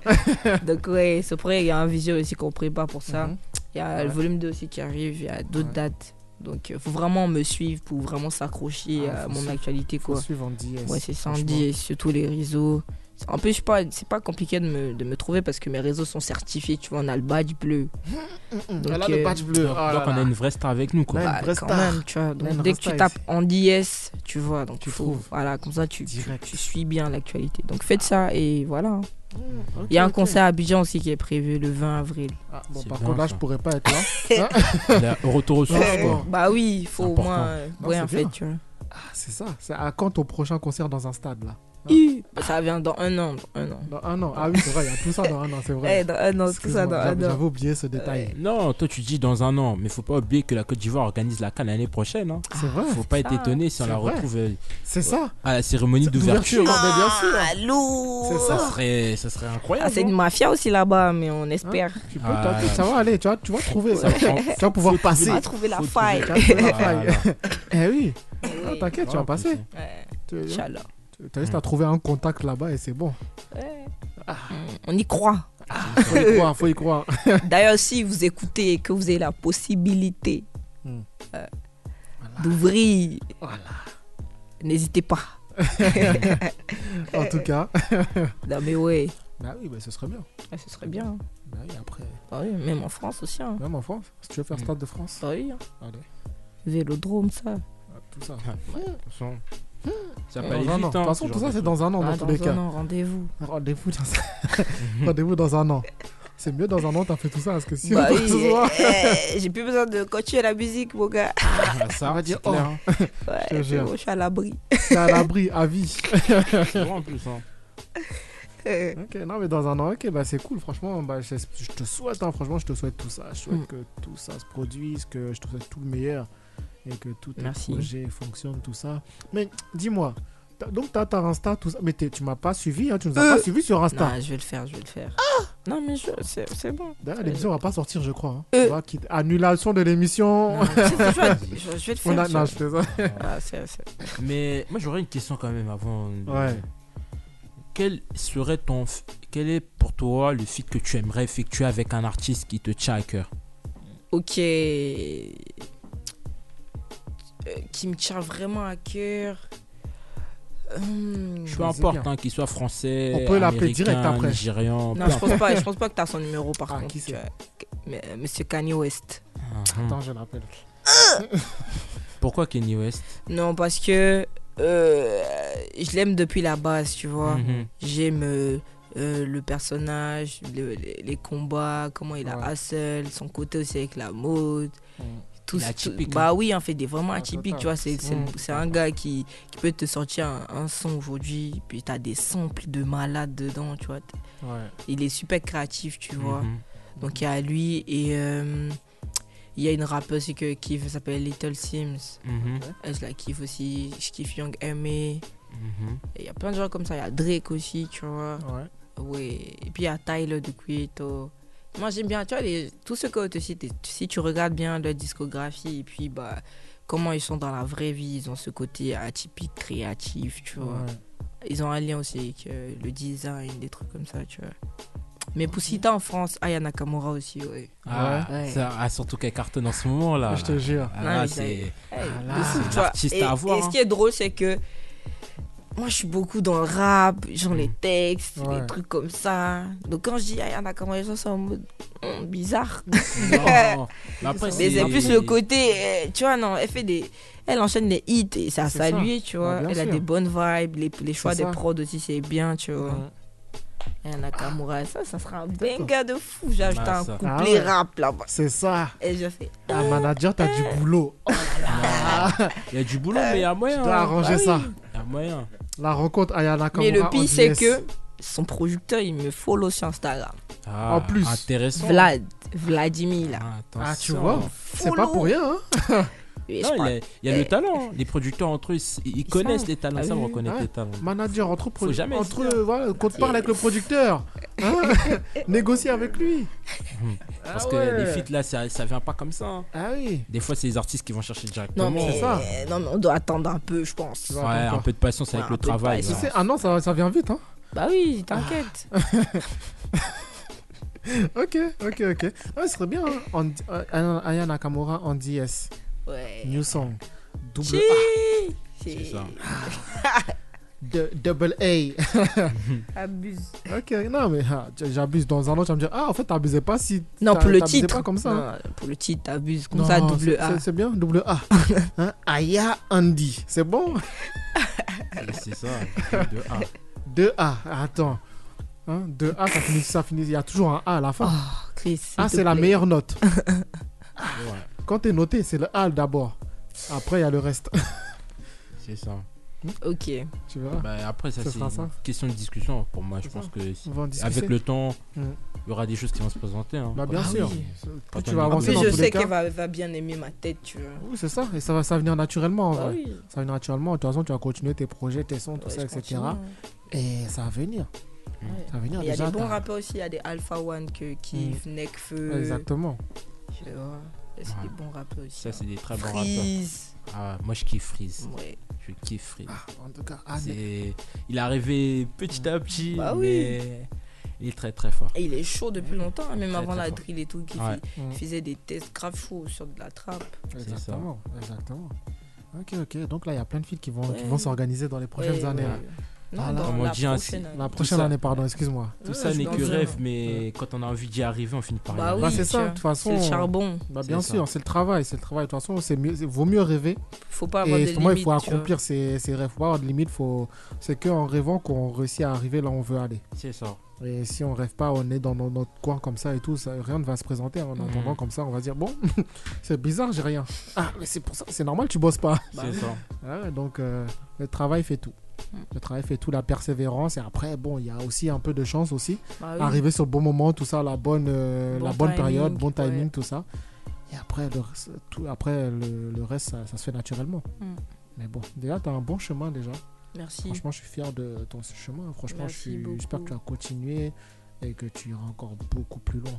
D: Donc ouais, c'est prêt. Il y a un visuel aussi qu'on prépare pour ça.
C: Mhm.
D: Il y a
C: Ouais.
D: le volume 2 aussi qui arrive, il y a d'autres
C: Ouais.
D: dates. Donc, il faut vraiment me suivre pour vraiment s'accrocher
C: Ah,
D: à
C: faut
D: mon
C: suivre.
D: actualité,
C: Faut
D: quoi.
C: suivre en DS.
D: ouais, c'est ça, on
C: franchement.
D: dit, et sur tous les réseaux, ça empêche pas, c'est pas compliqué de me, de me trouver parce que mes réseaux sont certifiés, tu vois, on a le badge bleu.
C: Donc, Elle a
D: euh,
C: le badge bleu.
E: Donc,
C: Oh là
E: donc on
C: là.
E: a une vraie star avec nous quoi.
D: Bah, quand même, tu vois. Donc, dès que tu tapes en IS, tu vois, donc tu trouves. Voilà, comme ça, tu, tu, tu suis bien l'actualité. Donc faites ça et voilà.
C: ok,
D: Il y a un
C: Ah. ok. Ah,
D: concert à Abidjan aussi qui est prévu le 20 avril.
C: Bon, par contre, là, je pourrais pas être là.
E: Là, retour aux sources, quoi.
D: Bah oui, il faut au
C: Important.
D: moins. euh,
C: Non,
D: ouais,
C: c'est
D: en
C: bien.
D: fait, tu vois.
C: Ah, c'est ça. C'est à quand ton prochain concert dans un stade, là
D: Hi, bah, Ça vient dans un an. Dans un an.
C: Dans un an. Ah oui, c'est vrai, il y a tout ça dans un an, c'est
D: [LAUGHS]
C: vrai.
D: Eh, dans un an, tout ça dans euh,
C: Excuse-moi,
D: un
C: j'avais-
D: an.
C: J'avais oublié ce détail.
E: Non, toi tu dis dans un an, mais faut pas oublier que la Côte d'Ivoire organise la Cannes l'année prochaine. Hein.
C: C'est vrai.
E: Faut pas être
D: ça.
E: étonné si on
C: Ah, C'est
E: la
C: vrai.
E: retrouve euh,
C: C'est ça.
E: à la cérémonie d'ouverture.
C: Ouverture, mais bien sûr.
D: Ah, lourd
C: C'est
E: Ça
C: ça.
E: serait, ça serait
D: Ah,
E: incroyable.
D: C'est une
E: hein.
D: mafia aussi là-bas, mais on espère.
C: Tu peux
E: Ah,
C: tenter, ça va aller, tu vas, tu vas trouver, ça va-
E: Faut-
C: tu vas pouvoir passer.
D: On va trouver la faille.
C: Tu vas trouver la
E: Ah,
C: faille.
E: là.
C: [LAUGHS] Eh oui,
D: Eh
C: Ah,
D: oui.
C: t'inquiète, tu vas
E: Ouais,
C: passer.
E: ok.
C: Tu tu-
D: Inch'Allah.
C: t'as juste à trouver un contact là-bas et c'est bon.
D: On y croit.
C: Faut y croire, faut y croire.
D: D'ailleurs, si vous écoutez et que vous avez la possibilité
C: Hmm.
D: euh, d'ouvrir,
C: Voilà.
D: n'hésitez pas.
C: En tout cas.
D: Non, mais ouais,
C: Bah oui, bah ce serait bien.
D: Ah, ce serait bien.
C: Bah oui, après,
D: Ah oui, même en France aussi. Hein.
C: même en France, si tu veux faire Stade de France,
D: Ah oui, hein.
C: Allez.
D: Vélodrome, ça.
C: ah, tout ça.
E: Attention. Ça va
C: Dans
E: pas aller
C: un an.
E: vite.
C: Oh, De
E: hein,
C: toute façon,
E: ce
C: tout
E: genre
C: ça,
E: de
C: c'est
E: choses.
C: dans un an,
D: Ah,
C: dans tous les
D: dans un
C: cas.
D: an, rendez-vous.
C: [LAUGHS] Rendez-vous dans un... Rendez-vous dans un an. C'est mieux dans un an, t'as fait tout ça, parce que si
D: Bah
C: on fait
D: oui,
C: tout ça,
D: eh, eh, j'ai plus besoin de continuer la musique, mon gars.
E: Ah, ça,
C: on va
E: c'est
C: dire, oh,
E: clair.
D: Ouais,
C: Je te jure.
D: frérot, je suis à l'abri.
C: t'es à l'abri, à vie.
E: C'est bon, en plus. hein.
D: Eh,
C: Ok, non, mais dans un an, ok, bah c'est cool, franchement, bah, je, je te souhaite, hein, franchement, je te souhaite tout ça. Je souhaite
D: Mm.
C: que tout ça se produise, que je te souhaite tout le meilleur et que tout tes
D: Merci.
C: projets fonctionnent, tout ça. Mais dis-moi, t'as- donc t'as ta Insta, tout ça, mais t'es- tu m'as pas suivi, hein, tu nous as
D: Euh.
C: pas suivi sur Insta.
D: Non, je vais le faire, je vais le faire. non, mais je- c'est c'est bon.
C: D'ailleurs, l'émission va pas sortir, je crois. hein.
D: Euh.
C: Tu vois, quitte- Annulation de l'émission.
D: Non, c'est- je, je- je vais le
C: [LAUGHS]
D: faire.
C: On
D: [LAUGHS]
C: a...
D: je-
C: Non, je plaisante.
D: Ah, c'est- c'est-
E: Mais moi j'aurais une question quand même avant. de-
C: Ouais.
E: Quel serait ton, f- quel est pour toi le feat que tu aimerais effectuer avec un artiste qui te tient à cœur
D: Ok. Euh, qui me tient vraiment à cœur. Hum,
E: Peu
C: Vas-y,
E: importe,
C: bien.
E: hein, qu'il soit français,
C: On peut l'appeler
E: américain,
C: direct après.
E: nigérian,
D: Non,
E: peu
D: je pense pas. Je pense pas que t'as son numéro par
C: Ah,
D: contre.
C: qui
D: tu
C: c'est
D: vois. Mais, euh, Monsieur Kanye West.
E: importe. Mhm.
C: Attends, je l'appelle.
E: Pourquoi Kenny West
D: Non, parce que euh, je l'aime depuis la base, tu vois.
E: Mhm.
D: J'aime euh, euh, le personnage, le- les, les combats, comment il a
C: Ouais.
D: hustle, son côté aussi avec la mode.
C: Mm.
D: Tout,
E: Il est
D: ce-
E: atypique, hein.
D: tout- bah oui, en fait, des vraiment atypique,
C: total.
D: tu vois. C'est c'est-
C: Mm.
D: c'est un gars qui, qui peut te sortir un, un son aujourd'hui, puis t'as des samples de malade dedans, tu vois.
C: Ouais.
D: Il est super créatif, tu vois.
E: Mhm.
D: Donc il y a lui et euh, il y a une rappeuse aussi que- qui s'appelle Little Sims.
E: Mhm.
D: Elle, je la kiffe aussi. Je kiffe Young M.A.
E: Mhm.
D: Et Il y a plein de gens comme ça. Il y a Drake aussi, tu vois.
C: Ouais.
D: Ouais. Et puis il y a Tyler de Quito. Moi j'aime bien, tu vois, les- tous ceux que tu cites, si tu regardes bien leur discographie et puis bah, comment ils sont dans la vraie vie, ils ont ce côté atypique, créatif, tu vois.
C: Ouais.
D: Ils ont un lien aussi avec euh, le design, des trucs comme ça, tu vois. Mais Poussita en France, Aya Nakamura aussi, ouais.
E: Ah,
D: Ouais.
E: ça, ah, surtout qu'elle cartonne en ce moment là.
C: Je te jure.
E: Ah,
D: Non, mais
E: c'est
D: Hey,
C: Voilà.
D: de fou,
E: C'est
D: tu vois.
E: l'artiste
D: et,
E: à avoir,
D: et
E: hein.
D: ce qui est drôle, c'est que moi, je suis beaucoup dans le rap, genre les textes,
C: Mm. Ouais.
D: les trucs comme ça. Donc quand je dis, ah, y en a comment les gens sont en mode hum, bizarre. [LAUGHS]
E: Non. Mais après,
D: Mais c'est plus le côté, euh, tu vois, non, elle fait des. Elle enchaîne les hits et ça
C: C'est ça.
D: salue, tu vois.
C: bien
D: elle a
C: sûr.
D: des bonnes vibes, les, les choix
C: C'est
D: des
C: ça.
D: prods aussi, c'est bien, tu vois.
C: Ouais.
D: Et Nakamura, ça, ça sera un banger de fou. J'ai acheté
E: Ah,
D: un
E: ça.
D: couplet
C: Ah ouais.
D: rap là-bas.
C: C'est ça.
D: Et je fais.
C: Un manager, t'as du boulot. Oh,
E: Ah, Il y a du boulot, mais il y a
C: tu
E: moyen.
C: dois
E: hein.
C: arranger ça.
E: Il y a moyen.
C: La rencontre Ayana
D: Mais
C: Kamura
D: le
C: en
D: pire, c'est
C: DS.
D: que son producteur, il me follow sur Instagram.
E: Ah,
C: En plus.
E: Intéressant.
D: Vlad, Vladimir là.
E: Ah,
C: Ah, tu
E: attention.
C: vois, c'est pas pour rien. Hein.
D: Et je
E: Non, il y
D: parle-
E: a, il y a le talent. Les producteurs entre eux, ils, ils connaissent
D: savent.
E: les talents.
C: Ah
E: ça,
C: oui,
E: on
C: oui,
E: reconnaît
C: ouais.
E: les talents.
C: Manager, entre produ-
E: jamais se
C: entre
E: dire.
C: euh, voilà, qu'on te parle avec le producteur.
E: [LAUGHS]
C: Hein Négocie avec lui.
E: Parce
C: Ah
E: que
C: ouais.
E: les feats là, ça, ça vient pas comme ça. hein.
C: Ah oui.
E: Des fois, c'est les artistes qui vont chercher directement.
D: Non mais,
C: c'est ça.
D: euh, non mais on doit attendre un peu, je pense.
C: Tu
E: Ouais,
C: vas attendre
E: un
C: quoi.
E: peu de patience avec
D: Ouais,
E: le
D: un peu de
E: travail.
D: patience.
E: là.
C: Tu sais, ah non, ça, ça vient vite. Hein.
D: Bah oui, t'inquiète.
C: Ok, ok, ok. Ah, ce serait bien. Hein. On- euh, Ayana- Ayana Kamura en DS.
D: Ah. Ouais. Ah.
C: New song. Double
D: Chi
C: A.
D: Chi.
E: C'est ça.
C: de- double A. [LAUGHS]
D: Abuse.
C: ok, non, mais ah, j'abuse. Dans un autre, tu vas me dire, ah, en fait, t'abusais pas si.
D: Non,
C: t'as-
D: pour le
C: t'abusais
D: titre.
C: pas comme ça. hein.
D: Non, pour le titre, t'abuses comme
C: Non,
D: ça, double
C: c'est-
D: A.
C: c'est- C'est bien, double A. [LAUGHS] Hein, Aya Andy, c'est bon
E: C'est ça, de A.
C: 2A, attends. 2A, ça finit, ça finit. Il y a toujours un A à la fin. A,
D: Oh, te
C: Ah, c'est la
D: plaît.
C: meilleure note. Quand t'es noté, c'est le A d'abord. Après, il y a le reste. [LAUGHS]
E: C'est ça.
D: Ok.
C: Tu verras.
E: Bah, après, ça,
C: Ce
E: c'est
C: sera
E: une
C: Ah. ça.
E: question de discussion pour moi. Je
C: C'est
E: pense
C: ça.
E: que si-
C: On va en discuter.
E: avec le temps, il
C: Mm.
E: y aura des choses qui vont se présenter. hein.
C: Bah, bien
D: Ah
E: Quand
C: sûr.
E: on est-
C: Plus
E: quand
C: tu
E: on
C: vas
E: est-
C: avancer.
D: Puis
C: dans
D: Ah je
C: tous les
D: sais
C: cas.
D: qu'elle va, va bien aimer ma tête, tu vois.
C: Oui, c'est ça. Et ça va, ça va venir naturellement. en
D: Ah
C: vrai.
D: oui.
C: Ça va venir naturellement. De toute façon, tu vas continuer tes projets, tes sons, tout
D: Ouais,
C: ça,
D: je
C: etc.
D: continue, hein.
C: Et ça va venir.
D: Ouais.
C: Ça va venir
D: Il y a
C: déjà.
D: des bons
C: t'as- Mm.
D: rappeurs aussi, il y a des Alpha One, que, Kif, Nekfeu.
C: Exactement.
D: Tu vois. C'est
E: Ouais.
D: des bons rappeurs aussi.
E: Ça, c'est des très bons
D: Freeze.
E: rappeurs. Ah, moi, je kiffe Freeze.
D: Ouais.
E: Je kiffe Freeze.
C: En tout cas, ah,
E: C'est- Il est arrivé petit à petit,
D: Bah oui.
E: mais il est très très fort.
D: Et il est chaud depuis longtemps, hein, même
E: Très,
D: avant
E: très
D: la
E: fort.
D: drill et tout, qui
E: Ouais.
D: fait-
C: Mm.
D: faisait des tests grave chauds sur de la trappe.
C: Exactement, exactement. Ok, ok. Donc là, il y a plein de filles qui vont qui
D: Ouais.
C: vont s'organiser dans les prochaines
D: Ouais,
C: années.
D: ouais.
C: hein.
D: Non,
C: Ah,
D: dans
E: Comme on
D: la
E: dit, hein, c'est-
D: prochaine année.
C: La
E: Tout
C: prochaine
E: ça.
C: année, pardon, excuse-moi.
E: Tout
D: Ouais,
E: ça
D: je
E: n'est
D: suis
E: que
D: dans un-
E: rêve, mais quand on a envie d'y arriver, on finit par y
D: Bah
E: arriver.
D: oui,
C: Bah, c'est ça,
D: tiens.
C: de toute façon,
D: C'est le charbon.
C: Bah, bien
E: C'est
C: sûr,
E: ça.
C: c'est le travail, c'est le travail. De toute façon, c'est mieux, c'est- vaut mieux rêver.
D: Faut pas avoir
C: Et
D: des
C: justement,
D: limites.
C: il faut
D: tu vois.
C: accomplir ses, ses rêves. Faut pas avoir de limites. Faut... C'est qu'en rêvant qu'on réussit à arriver là où on veut aller.
E: C'est ça.
C: Et si on rêve pas, on est dans no- notre coin comme ça et tout, ça, rien ne va se présenter.
D: Mhm.
C: En attendant, comme ça, on va se dire bon, [LAUGHS] c'est bizarre, j'ai rien. Ah, mais c'est pour ça, c'est normal, tu bosses pas. [LAUGHS]
D: Bah
E: c'est
D: oui.
E: ça.
C: Ouais, donc euh, le travail fait tout.
D: Mhm.
C: Le travail fait tout, la persévérance. Et après, bon, il y a aussi un peu de chance aussi.
D: Bah oui.
C: Arriver sur le bon moment, tout ça, la bonne, euh,
D: Bon
C: la bonne
D: timing,
C: période, bon
D: ouais.
C: timing, tout ça. Et après, le, reste- tout, après, le, le reste, ça, ça se fait naturellement.
D: Mm.
C: Mais bon, déjà, tu as un bon chemin déjà.
D: Merci.
C: Franchement, je suis fier de ton chemin. Franchement, je
D: Merci
C: suis-
D: beaucoup.
C: j'espère que tu vas continuer et que tu iras encore beaucoup plus loin.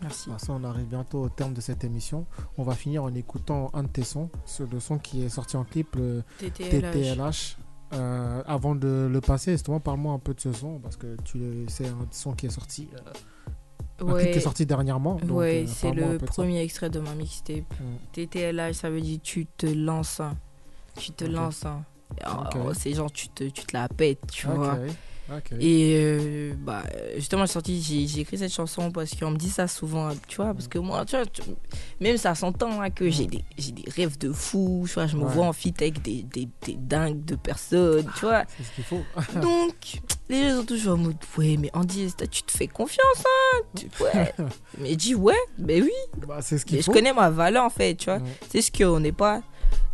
D: Merci.
C: De toute façon, on arrive bientôt au terme de cette émission. On va finir en écoutant un de tes sons, ce- le son qui est sorti en clip, le
D: TTLH.
C: TTLH. Euh, avant de le passer, justement, parle-moi un peu de ce son parce que tu le- c'est un son qui est sorti, euh, un clip qui est sorti dernièrement. Donc,
D: ouais,
C: euh,
D: c'est
C: parle-moi un
D: le
C: peu de ça.
D: premier extrait de ma mixtape.
C: Mm.
D: TTLH, ça veut dire tu te lances. hein. Tu te
C: Ok.
D: lances. hein. Et, oh,
C: Ok.
D: C'est genre tu te, tu te la pètes, tu
C: Ok,
D: vois.
C: ok.
D: Et euh, bah, justement, j'ai sorti, j'ai j'ai écrit cette chanson parce qu'on me dit ça souvent, hein, tu vois, parce que moi, tu vois, tu- même ça s'entend hein, que j'ai des, j'ai des rêves de fou, tu vois, je me
C: Ouais.
D: vois en fit avec des, des, des dingues de personnes, tu vois.
C: C'est ce qu'il faut. [LAUGHS]
D: Donc, les gens sont toujours en mode, ouais, mais Andy, toi, tu te fais confiance, hein tu- Ouais. mais je dis, ouais, mais oui,
C: Bah, c'est ce
D: mais
C: qu'il
D: je
C: faut.
D: connais ma valeur en fait, tu vois.
C: Ouais.
D: C'est ce qu'on n'est pas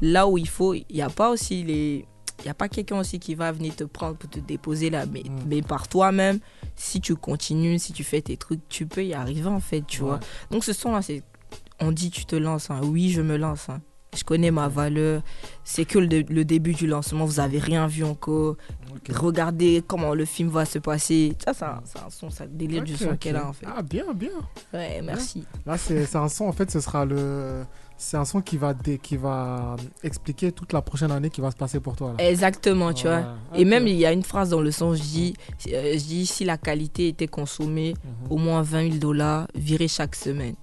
D: là où il faut. Il n'y a pas aussi les. Il n'y a pas quelqu'un aussi qui va venir te prendre pour te déposer là, mais,
C: Mm.
D: mais par toi-même, si tu continues, si tu fais tes trucs, tu peux y arriver en fait, tu vois.
C: Ouais.
D: Donc ce son là, c'est. On dit tu te lances, hein. oui, je me lance. hein. Je connais ma valeur. C'est que le, dé- le début du lancement, vous avez rien vu encore.
C: Ok.
D: Regardez comment le film va se passer. Ça, c'est un, c'est un son, ça délire du
C: Ok,
D: son
C: ok.
D: qu'elle a en fait.
C: Ah, bien, bien.
D: Ouais, merci.
C: Là, c'est c'est un son, en fait, ce sera le. C'est un son qui va, dé- qui va euh, expliquer toute la prochaine année qui va se passer pour toi. Là.
D: Exactement, tu vois.
C: Voilà.
D: Et
C: Ok.
D: même, il y a une phrase dans le son, je dis, euh, je dis si la qualité était consommée, au moins 20 000 dollars virés chaque semaine.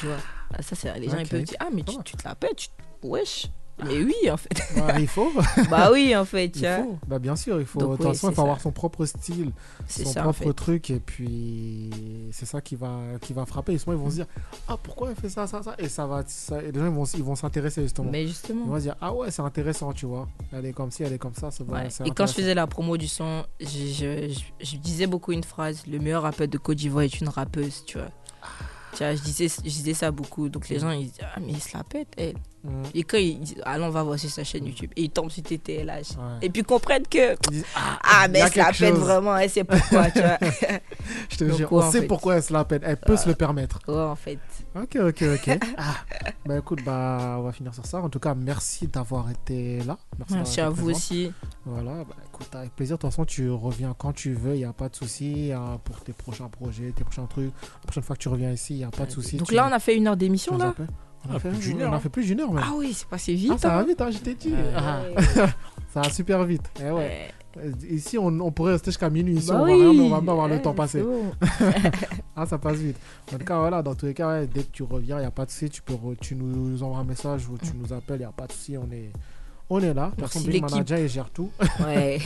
D: Tu vois, Ah, ça, c'est, les gens ils
C: Ok.
D: peuvent dire, ah, mais tu,
C: Ah.
D: tu te la pètes, tu te- wesh. Mais oui, en
C: [LAUGHS]
D: fait.
C: Ouais, il
D: [LAUGHS]
C: faut.
D: bah oui, en fait,
C: Il
D: tu vois.
C: faut. Bah, bien sûr, il faut.
D: Donc,
C: de toute
D: oui,
C: façon, il
D: c'est
C: faut
D: ça.
C: avoir son propre style,
D: C'est
C: son
D: ça, en
C: propre
D: fait.
C: truc, et puis c'est ça qui va, qui va frapper. Et souvent, ils vont se dire Ah, pourquoi elle fait ça, ça, ça Et, ça va, ça- et les gens, ils vont s- ils vont s'intéresser justement.
D: Mais
C: Ils
D: justement.
C: vont se dire Ah, ouais, c'est intéressant, tu vois. Elle est comme ci, elle est comme ça. ça va-
D: Ouais.
C: c'est
D: Et quand je
C: intéressant.
D: faisais la promo du son, je, je- je- je disais beaucoup une phrase le meilleur rappeur de Côte d'Ivoire est une rappeuse, tu vois. Tu vois, je disais, je disais ça beaucoup. Donc les gens, ils disaient, ah, mais il se la pète, elle.
C: Mm.
D: Et quand ils disent, allons, on va voir sur sa chaîne YouTube, et ils tombent sur TTLH.
C: Ouais.
D: Et puis comprennent que,
C: Ils disent, Ah,
D: ah, mais
C: y a
D: elle se la
C: quelque
D: pète
C: chose.
D: vraiment, hein, elle sait pourquoi, tu
C: [LAUGHS]
D: vois.
C: Je te
D: Donc,
C: jure,
D: ouais,
C: on
D: en
C: sait
D: fait.
C: pourquoi elle se la peine. Elle peut se le permettre.
D: Ouais, en fait.
C: Ok, ok,
D: [LAUGHS]
C: ok. Ah, bah écoute, bah on va finir sur ça. En tout cas, merci d'avoir été là. d'avoir
D: Merci
C: été
D: à vous
C: présent.
D: aussi.
C: Voilà, bah écoute, avec plaisir. De toute façon, tu reviens quand tu veux, il n'y a pas de souci hein, pour tes prochains projets, tes prochains trucs. La prochaine fois que tu reviens ici, il n'y a pas de souci.
D: Donc
C: Tu-
D: là, on a fait une heure
C: tu
D: d'émission,
C: nous
D: là.
C: appelles. On a
E: Ah,
C: fait
E: plus d'une
C: on
E: heure,
C: a
E: hein.
C: fait plus d'une heure même.
D: Ah oui, c'est passé
C: Ah,
D: vite.
C: ça va
D: hein.
C: vite, hein, je t'ai dit.
E: Ouais.
C: Ah, ça va super vite. Eh ouais.
D: Ouais.
C: Ici, on, on pourrait rester jusqu'à minuit. Ici,
D: Bah
C: on va rien,
D: oui.
C: mais on va pas voir le
D: Ouais,
C: temps
D: c'est
C: passer. [LAUGHS]
D: bon.
C: Ah, ça passe vite. En tout cas, voilà, dans tous les cas, ouais, dès que tu reviens, il n'y a pas de souci. Tu, peux re- tu nous envoies un message ou tu nous appelles, il n'y a pas de souci. On est, on est là. Merci Big Manager, il gère tout.
D: Ouais.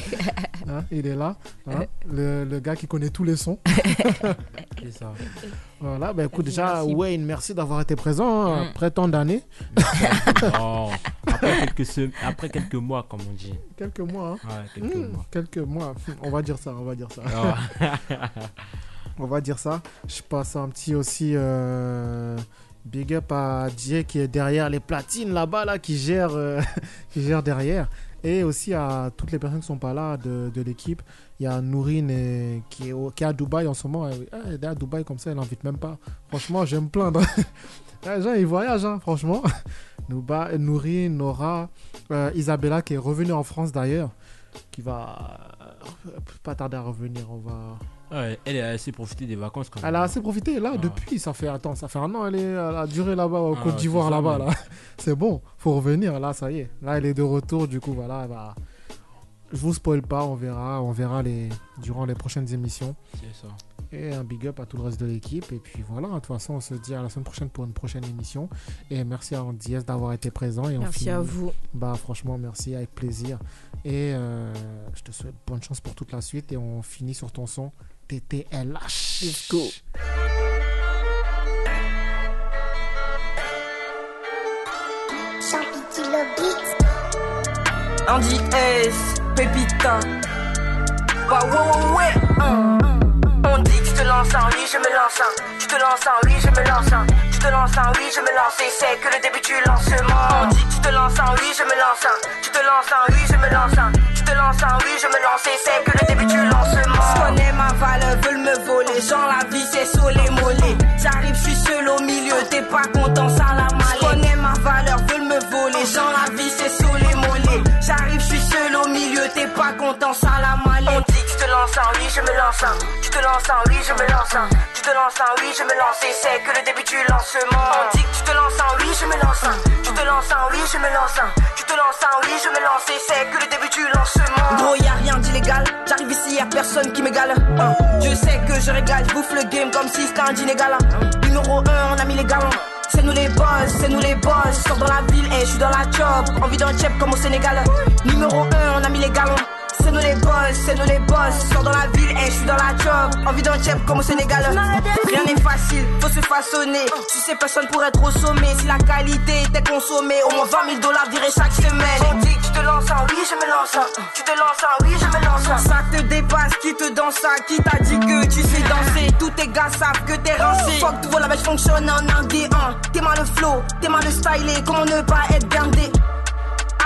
C: Hein, il est là. hein, le, le gars qui connaît tous les sons.
E: C'est ça.
C: Voilà, bah écoute,
E: Vas-y,
C: déjà,
E: merci.
C: Wayne, merci d'avoir été présent hein,
E: Mm.
C: après tant d'années.
E: Oh, après, quelques sem- après quelques mois, comme on dit.
C: Quelques mois. hein.
E: Ouais, quelques
D: Hmm.
C: Mm,
E: mois.
C: quelques mois. On va dire ça, on va dire ça.
E: Oh.
C: on va dire ça. Je passe un petit aussi euh, big up à DJ qui est derrière les platines là-bas, là, qui gère, euh, [LAUGHS] qui gère derrière. Et aussi à toutes les personnes qui sont pas là de, de l'équipe. Il y a Nourine euh, qui, est au- qui est à Dubaï en ce moment. Elle, elle est à Dubaï comme ça, elle n'invite même pas. Franchement, je vais me [LAUGHS] plaindre. Les gens, ils voyagent, hein, franchement. [LAUGHS] Nouba, Nourine, Nora, euh, Isabella qui est revenue en France d'ailleurs, qui va euh, pas tarder à revenir. On va,
E: Ouais, elle a assez profité des vacances quand même.
C: elle a assez profité là depuis, ça fait attends, ça fait un an, elle, est, elle a duré là-bas au
E: Ah,
C: Côte
E: c'est
C: d'Ivoire
E: ça,
C: là-bas
E: mais-
C: là. [LAUGHS] C'est bon, faut revenir là, ça y est. Là, elle est de retour du coup, voilà, elle va- je vous spoil pas, on verra, on verra les durant les prochaines émissions.
E: C'est ça.
C: Et un big up à tout le reste de l'équipe. Et puis voilà, de toute façon, on se dit à la semaine prochaine pour une prochaine émission. Et merci à Andy S d'avoir été présent. Et on
D: Merci
C: finit-
D: à vous.
C: Bah, franchement, merci, avec plaisir. Et euh, je te souhaite bonne chance pour toute la suite. Et on finit sur ton son TTLH. Let's go.
F: Andy S, Pépita. Bah ouais, ouais, ouais. hein. On dit que tu te lances un oui, je me lance un. Tu te lances un oui, je me lance un. Tu te lances un oui, je me lance. Et c'est que le début du lancement. On dit que tu te lances un oui, je me lance un. Tu te lances un oui, je me lance un. Tu te lances un oui, je me lance. Et c'est que le début du lancement. Je connais ma valeur, veulent me voler. Genre la vie, c'est sur les mollets. J'arrive, je suis seul au milieu. T'es pas content, ça la malade. Je connais ma valeur, veulent me voler. Genre la vie, c'est sur les mollets. J'arrive, je suis seul au milieu. T'es pas content, ça la malade. On dit que tu te lances un oui, je me lance un. Tu te lances un oui, je me lance un. Tu te lances un oui, je me lance. Et c'est que le début du lancement. On dit que tu te lances un oui, je me lance un. Tu te lances un oui, je me lance un. Tu te lances un oui, je me lance. Et c'est que le début du lancement. Gros, y a rien d'illégal. J'arrive ici, y a personne qui m'égale. Hein. Je sais que je régale, je bouffe le game comme si c'était un dîner gala. Hein. Numéro 1, on a mis les galons. C'est nous les boss, c'est nous les boss. Sors dans la ville et je suis dans la job. Envie d'un chef comme au Sénégal. Numéro 1, on a mis les galons. C'est nous les boss, c'est nous les boss. Sors dans la ville et je suis dans la job. Envie d'un chef comme au Sénégal. Rien n'est facile, faut se façonner. Si c'est personne pour être au sommet, si la qualité était consommée, au moins 20 000 dollars virés chaque semaine. On dit que tu te lances un oui, je me lance un. Tu te lances un oui, je me lance un. Ça te dépasse, qui te danse ça Qui t'a dit que tu sais danser Tous tes gars savent que t'es rincé. Fuck, tout voilà, mais je fonctionne en un D1. T'es mal le flow, t'es mal le stylé. Comment ne pas être blindé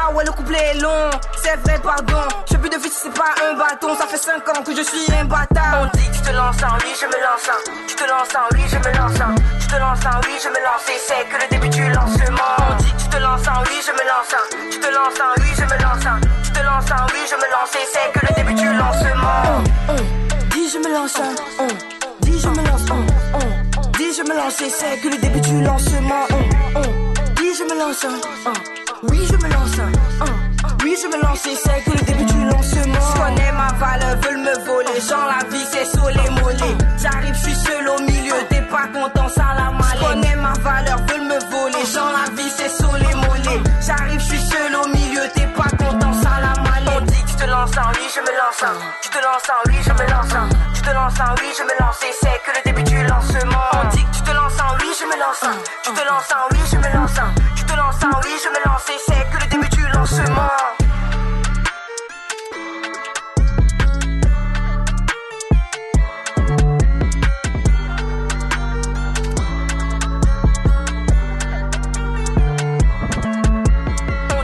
F: ah ouais, le couplet est long, c'est vrai, pardon. Je plus de vie si c'est pas un bâton. Ça fait 5 ans que je suis un bâtard. On dit que tu te lances un oui, je me lance un. Tu te lances un oui, je me lance un. Tu te lances un oui, je me lance. Et c'est que le début du lancement. On dit que tu te lances un oui, je me lance un. Tu te lances un oui, je me lance un. Tu te lances un oui, je me lance. Et c'est que le début du lancement. Dis, je me lance un. Dis, je me lance un. Dis, je me lance. Et c'est que le début du lancement. Dis, je me lance un. Oui, je me lance un. Oui, je me lance, et c'est que le début du lancement. Je connais ma valeur, veulent me voler. Genre la vie, c'est sur les mollets. J'arrive, je suis seul au milieu. T'es pas content, ça la malade. Je connais ma valeur, veulent me voler. Genre la vie, c'est sur les mollets. J'arrive, je suis seul au milieu. T'es pas content, ça la malade. On dit que tu te lances un, oui, je me lance un. Tu te lances un, oui, je me lance un. Tu te lances un, oui, je me lance, et c'est que le début du lancement. On dit que tu te lances un, oui, je me lance un. Tu te lances un, oui, je me lance un. Tu te lances un, oui, je me lance, et c'est que le début du lancement. On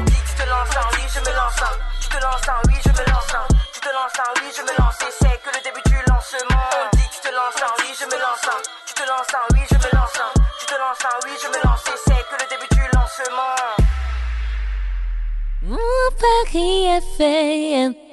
F: dit que tu te lances un oui, je me lance un. Tu te lances un oui, je me lance un. Tu te lances un oui, je me lance. Et c'est que le début du lancement. On dit que tu te lances un oui, je me lance un. Tu te lances un oui, je me lance un. Tu te lances un oui, je me lance. Et c'est que le début du lancement.
G: Mon Paris est fait.